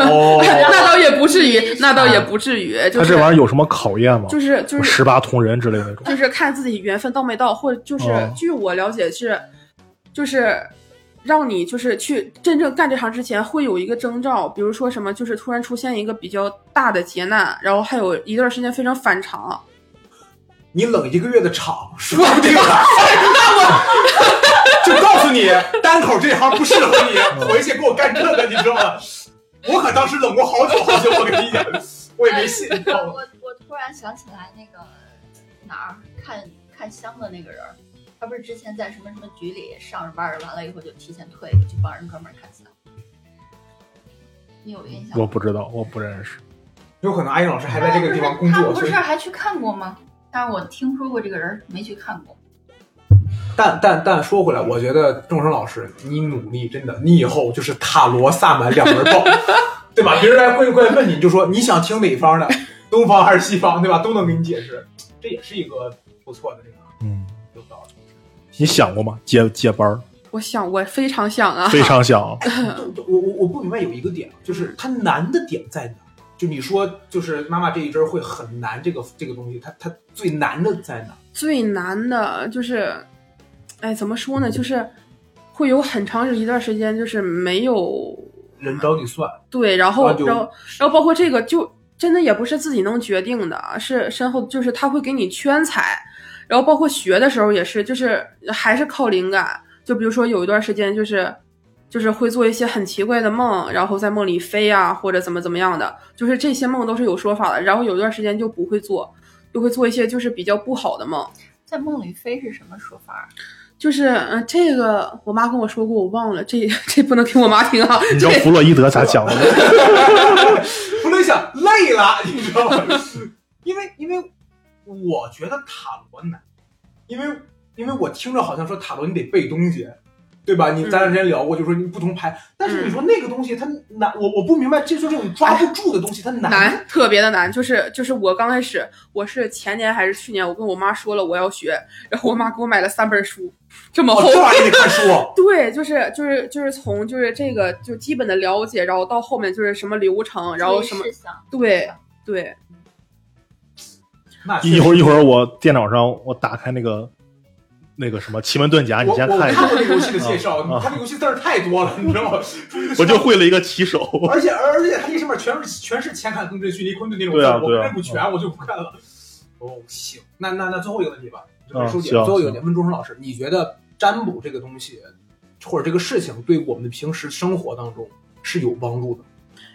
[SPEAKER 2] 哦
[SPEAKER 4] 那倒也不至于
[SPEAKER 3] 是，
[SPEAKER 4] 那倒也不至于，就
[SPEAKER 1] 他
[SPEAKER 4] 是
[SPEAKER 1] 这玩意儿有什么考验吗？
[SPEAKER 4] 就是就是
[SPEAKER 1] 十八铜人之类的那种。
[SPEAKER 4] 就是看自己缘分到没到，或者就是、
[SPEAKER 1] 哦
[SPEAKER 4] 据我了解是，就是让你就是去真正干这行之前会有一个征兆，比如说什么，就是突然出现一个比较大的劫难，然后还有一段时间非常反常。
[SPEAKER 2] 你冷一个月的场，说不定啊 就告诉你，单口这行不适合你，回去给我干这个，你知道吗？我可当时冷过好久好久，我跟你讲，我也没信，你知道
[SPEAKER 3] 我
[SPEAKER 2] 吗？
[SPEAKER 3] 我我突然想起来那个哪儿看看香的那个人儿，他不是之前在什么什么局里上着班儿，完了以后就提前退去帮人专门看香。你有印象吗？
[SPEAKER 1] 我不知道，我不认识。
[SPEAKER 2] 有可能阿英老师还在这个地方工
[SPEAKER 3] 他
[SPEAKER 2] 作，
[SPEAKER 3] 不
[SPEAKER 2] 所以
[SPEAKER 3] 是还去看过吗？但是我听说过这个人，没去看过。
[SPEAKER 2] 但但但说回来，我觉得众生老师，你努力真的，你以后就是塔罗萨满两门儿爆， 对吧？别人来过过来问你，你就说你想听哪方的，东方还是西方，对吧？都能给你解释，这也是一个不错的这个
[SPEAKER 1] 嗯，
[SPEAKER 2] 有道理。
[SPEAKER 1] 你想过吗？接接班儿
[SPEAKER 4] 我想，我非常想啊，
[SPEAKER 1] 非常 想，
[SPEAKER 2] 我我我不明白有一个点，啊就是它难的点在哪？就你说，就是妈妈这一针会很难，这个这个东西，它它最难的在哪？
[SPEAKER 4] 最难的就是，哎，怎么说呢？就是会有很长一段时间，就是没有
[SPEAKER 2] 人找你算，
[SPEAKER 4] 对，然后
[SPEAKER 2] 那就
[SPEAKER 4] 然后然后包括这个就真的也不是自己能决定的，是身后就是他会给你圈彩，然后包括学的时候也是，就是还是靠灵感。就比如说有一段时间就是就是会做一些很奇怪的梦，然后在梦里飞啊或者怎么怎么样的，就是这些梦都是有说法的。然后有一段时间就不会做，就会做一些就是比较不好的梦。
[SPEAKER 3] 在梦里飞是什么说法儿？
[SPEAKER 4] 就是嗯、呃这个我妈跟我说过，我忘了，这 这不能给我妈听啊。
[SPEAKER 1] 你知
[SPEAKER 4] 这
[SPEAKER 1] 道弗洛伊德咋讲的吗？
[SPEAKER 2] 弗洛伊想累了，你知道吗？因为因为我觉得塔罗难，因为因为我听着好像说塔罗你得背东西，对吧？你咱俩之前聊过，就说你不同牌，但是你说那个东西它难，我我不明白，这就这种抓不住的东西它难。
[SPEAKER 4] 难，特别的难。就是就是我刚开始，我是前年还是去年，我跟我妈说了我要学，然后我妈给我买了三本书，这么
[SPEAKER 2] 哦，
[SPEAKER 4] 厚。
[SPEAKER 2] 这玩意儿得看书，哦
[SPEAKER 4] 对，就是就是就是从就是这个就基本的了解，然后到后面就是什么流程，然后什么
[SPEAKER 3] 注意事项？
[SPEAKER 4] 对对，
[SPEAKER 2] 那确实
[SPEAKER 1] 一会儿一会儿，我电脑上我打开那个那个什么奇门遁啊甲，你
[SPEAKER 2] 我
[SPEAKER 1] 先
[SPEAKER 2] 我
[SPEAKER 1] 看一下。
[SPEAKER 2] 看过这个游戏的介绍，
[SPEAKER 1] 啊啊
[SPEAKER 2] 它这个游戏字儿太多了，你知道吗？
[SPEAKER 1] 我就会了一个骑手，
[SPEAKER 2] 而且而且它这上面全是全是前坎更正距离坤的那种字
[SPEAKER 1] 对啊
[SPEAKER 2] 儿，我
[SPEAKER 1] 对啊
[SPEAKER 2] 认不全，我就不看了。哦，行，那那那最后一个问题吧，就
[SPEAKER 1] 啊
[SPEAKER 2] 是收姐，
[SPEAKER 1] 行
[SPEAKER 2] 最后一个问题，问钟声老师，你觉得占卜这个东西或者这个事情对我们的平时生活当中是有帮助的？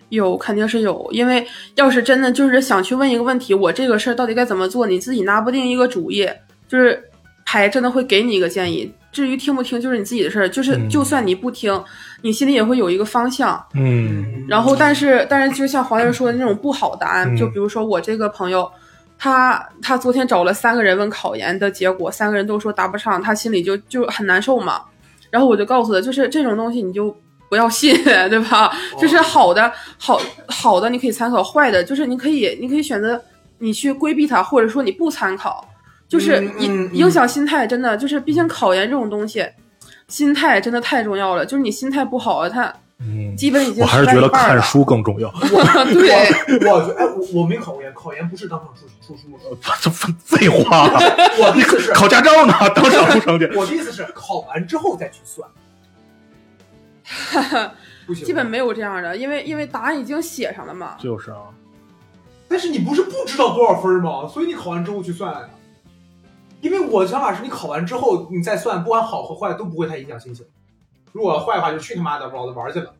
[SPEAKER 4] 有肯定是有，因为要是真的就是想去问一个问题，我这个事儿到底该怎么做，你自己拿不定一个主意，就是牌真的会给你一个建议。至于听不听，就是你自己的事儿，就是
[SPEAKER 1] 嗯
[SPEAKER 4] 就算你不听，你心里也会有一个方向。
[SPEAKER 1] 嗯，
[SPEAKER 4] 然后，但是但是，就像黄月说的那种不好答案，
[SPEAKER 1] 嗯
[SPEAKER 4] 就比如说我这个朋友，他他昨天找了三个人问考研的结果，三个人都说答不上，他心里就就很难受嘛。然后我就告诉他，就是这种东西你就不要信， 对吧？
[SPEAKER 1] 哦
[SPEAKER 4] 就是好的，好好的你可以参考，坏的就是你可以你可以选择你去规避它，或者说你不参考，就是
[SPEAKER 2] 嗯
[SPEAKER 4] 影、
[SPEAKER 2] 嗯
[SPEAKER 4] 影响心态，真的就是毕竟考研这种东西。心态真的太重要了，就是你心态不好啊，他
[SPEAKER 1] 嗯，
[SPEAKER 4] 基本已经
[SPEAKER 1] 我还是
[SPEAKER 4] 失败
[SPEAKER 1] 觉得
[SPEAKER 4] 一半
[SPEAKER 1] 看
[SPEAKER 4] 了
[SPEAKER 1] 书更重要。
[SPEAKER 4] 对，
[SPEAKER 2] 我我觉得哎，我我没考过研，考研不是当场出出书的，
[SPEAKER 1] 这 废话，
[SPEAKER 2] 我的意思是，
[SPEAKER 1] 呃考驾照呢，当场出成绩。
[SPEAKER 2] 我的意思是考完之后再去 算，不行，
[SPEAKER 4] 基本没有这样的，因为因为答案已经写上了嘛。
[SPEAKER 1] 就是啊，
[SPEAKER 2] 但是你不是不知道多少分儿吗？所以你考完之后去算呀、因为我的想法是你考完之后你再算，不管好和坏都不会太影响心情。如果坏的话，就去他妈的老子玩儿去了。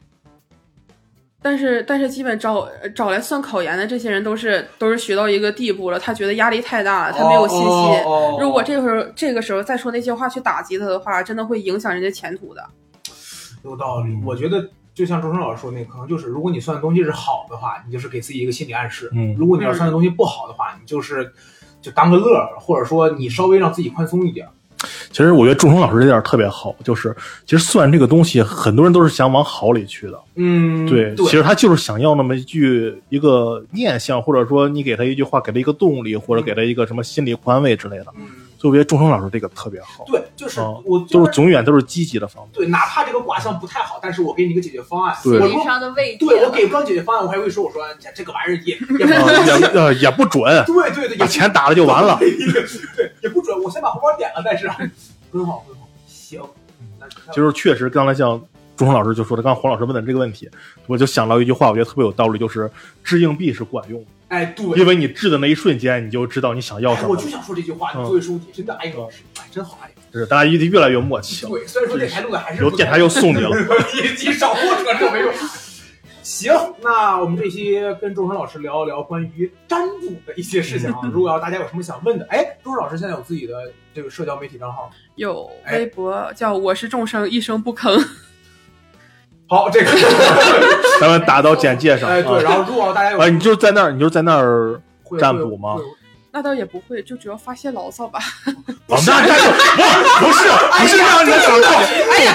[SPEAKER 4] 但是但是基本找呃找来算考研的这些人都是都是学到一个地步了，他觉得压力太大了，啊他没有信心。
[SPEAKER 2] 哦
[SPEAKER 4] 如果这会儿这个时候再说那些话去打击他的话，真的会影响人家前途的。
[SPEAKER 2] 有道理，我觉得就像周深老师说那，可能就是如果你算的东西是好的话，你就是给自己一个心理暗示；
[SPEAKER 1] 嗯
[SPEAKER 2] 如果你要是算的东西不好的话，你就是就当个乐儿，或者说你稍微让自己宽松一点儿。
[SPEAKER 1] 其实我觉得仲生老师这点儿特别好，就是其实算这个东西，很多人都是想往好里去的。
[SPEAKER 2] 嗯，
[SPEAKER 1] 对，
[SPEAKER 2] 对
[SPEAKER 1] 其实他就是想要那么一句一个念想，或者说你给他一句话，给他一个动力，或者给他一个什么心理宽慰之类的。
[SPEAKER 2] 嗯，
[SPEAKER 1] 所以我觉得仲生老师这个特别好，
[SPEAKER 2] 对，就是
[SPEAKER 1] 哦
[SPEAKER 2] 我
[SPEAKER 1] 都
[SPEAKER 2] 就是
[SPEAKER 1] 永远都是积极的方面。
[SPEAKER 2] 对，哪怕这个卦象不太好，但是我给你一个解决方案。
[SPEAKER 1] 对
[SPEAKER 2] 我如
[SPEAKER 3] 心理
[SPEAKER 2] 果
[SPEAKER 3] 上的啊慰藉
[SPEAKER 2] 对我
[SPEAKER 3] 了。
[SPEAKER 2] 给不了解决方案，我还会说我说这这个玩意儿 也也
[SPEAKER 1] 啊
[SPEAKER 2] 不
[SPEAKER 1] 也呃也不准，
[SPEAKER 2] 对对对，
[SPEAKER 1] 把
[SPEAKER 2] 也
[SPEAKER 1] 钱打了就 完了。
[SPEAKER 2] 对，也不准。我先把红包点了再是，很好很好，行，那
[SPEAKER 1] 就是确嗯实刚才像钟声老师就说的，刚才黄老师问的这个问题，我就想到一句话，我觉得特别有道理，就是掷硬币是管用的，
[SPEAKER 2] 哎，对，
[SPEAKER 1] 因为你掷的那一瞬间，你就知道你想要什
[SPEAKER 2] 哎我
[SPEAKER 1] 么。
[SPEAKER 2] 就想说这句话，
[SPEAKER 1] 嗯
[SPEAKER 2] 作为书记，真的，哎呦，哎，真好，哎，
[SPEAKER 1] 是大家一定越来越默契 了，
[SPEAKER 2] 对，虽然说电台录的还是
[SPEAKER 1] 有
[SPEAKER 2] 不
[SPEAKER 1] 电台
[SPEAKER 2] 太
[SPEAKER 1] 又送 你了。
[SPEAKER 2] 你你少胡扯，这没用。行，那我们这期跟周成老师聊一聊关于占卜的一些事情啊。如果要大家有什么想问的，哎，周成老师现在有自己的这个社交媒体账号吗。
[SPEAKER 4] 有
[SPEAKER 2] 哎
[SPEAKER 4] 微博叫“我是众生，一声不吭
[SPEAKER 2] 好，这个，
[SPEAKER 1] 咱们打到简 介上。
[SPEAKER 2] 哎，对，
[SPEAKER 1] 啊，
[SPEAKER 2] 然后如果要大家有
[SPEAKER 1] 哎你就在那儿，你就在那儿。
[SPEAKER 2] 会
[SPEAKER 1] 占卜吗？
[SPEAKER 2] 会会”，
[SPEAKER 4] 那倒也不会，就主要发些牢骚吧。
[SPEAKER 1] 哦，那那就不不是
[SPEAKER 2] 哎
[SPEAKER 1] 不是让你想到众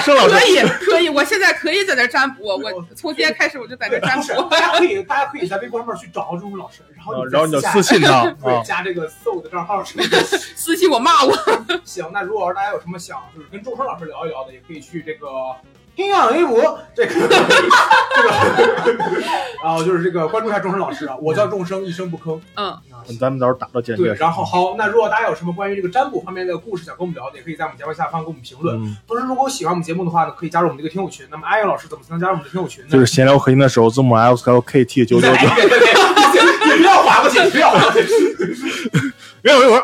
[SPEAKER 1] 生老
[SPEAKER 2] 哦
[SPEAKER 4] 可
[SPEAKER 1] 师，
[SPEAKER 4] 以，可以，我现在可以在那占卜，我从今天开始我就在那占
[SPEAKER 2] 不
[SPEAKER 4] 卜
[SPEAKER 2] 是，。 大家可以，大家可以在微博上面去找周成老师，然后
[SPEAKER 1] 啊
[SPEAKER 2] 你
[SPEAKER 1] 然后你就
[SPEAKER 2] 加
[SPEAKER 1] 私信他
[SPEAKER 2] 对
[SPEAKER 1] 啊，
[SPEAKER 2] 加这个 so 的账号是吧？
[SPEAKER 4] 私信我骂我，
[SPEAKER 2] 行，那如果大家有什么想就是跟周生老师聊一聊的，也可以去这个 天养微博 这个这个，然后就是这个关注一下众生老师啊，我叫众生一声不吭。
[SPEAKER 4] 嗯，
[SPEAKER 2] 啊
[SPEAKER 1] 咱们到时候打到简介
[SPEAKER 2] 对，
[SPEAKER 1] 上。
[SPEAKER 2] 然后好，那如果大家有什么关于这个占卜方面的故事想跟我们聊的，也可以在我们节目下方给我们评论。
[SPEAKER 1] 嗯，
[SPEAKER 2] 同时，如果喜欢我们节目的话呢，可以加入我们这个听友群。那么，阿勇老师怎么才能加入我们的听友群呢？
[SPEAKER 1] 就是闲聊核心的时候，字母 L L K T 九
[SPEAKER 2] 你
[SPEAKER 1] 九
[SPEAKER 2] 再来
[SPEAKER 1] 九
[SPEAKER 2] 一。遍，对对， 你不要划过去，你不要划过去。
[SPEAKER 1] 没有没 有，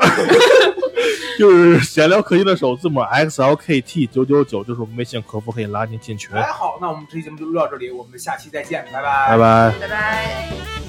[SPEAKER 1] 就是闲聊核心的时候，字母 X L K T 九九九，就是我们微信客服可以拉您进群。
[SPEAKER 2] 哎哎，好，那我们这期节目就录到这里，我们下期再见，拜拜
[SPEAKER 1] 拜拜。
[SPEAKER 3] 拜拜。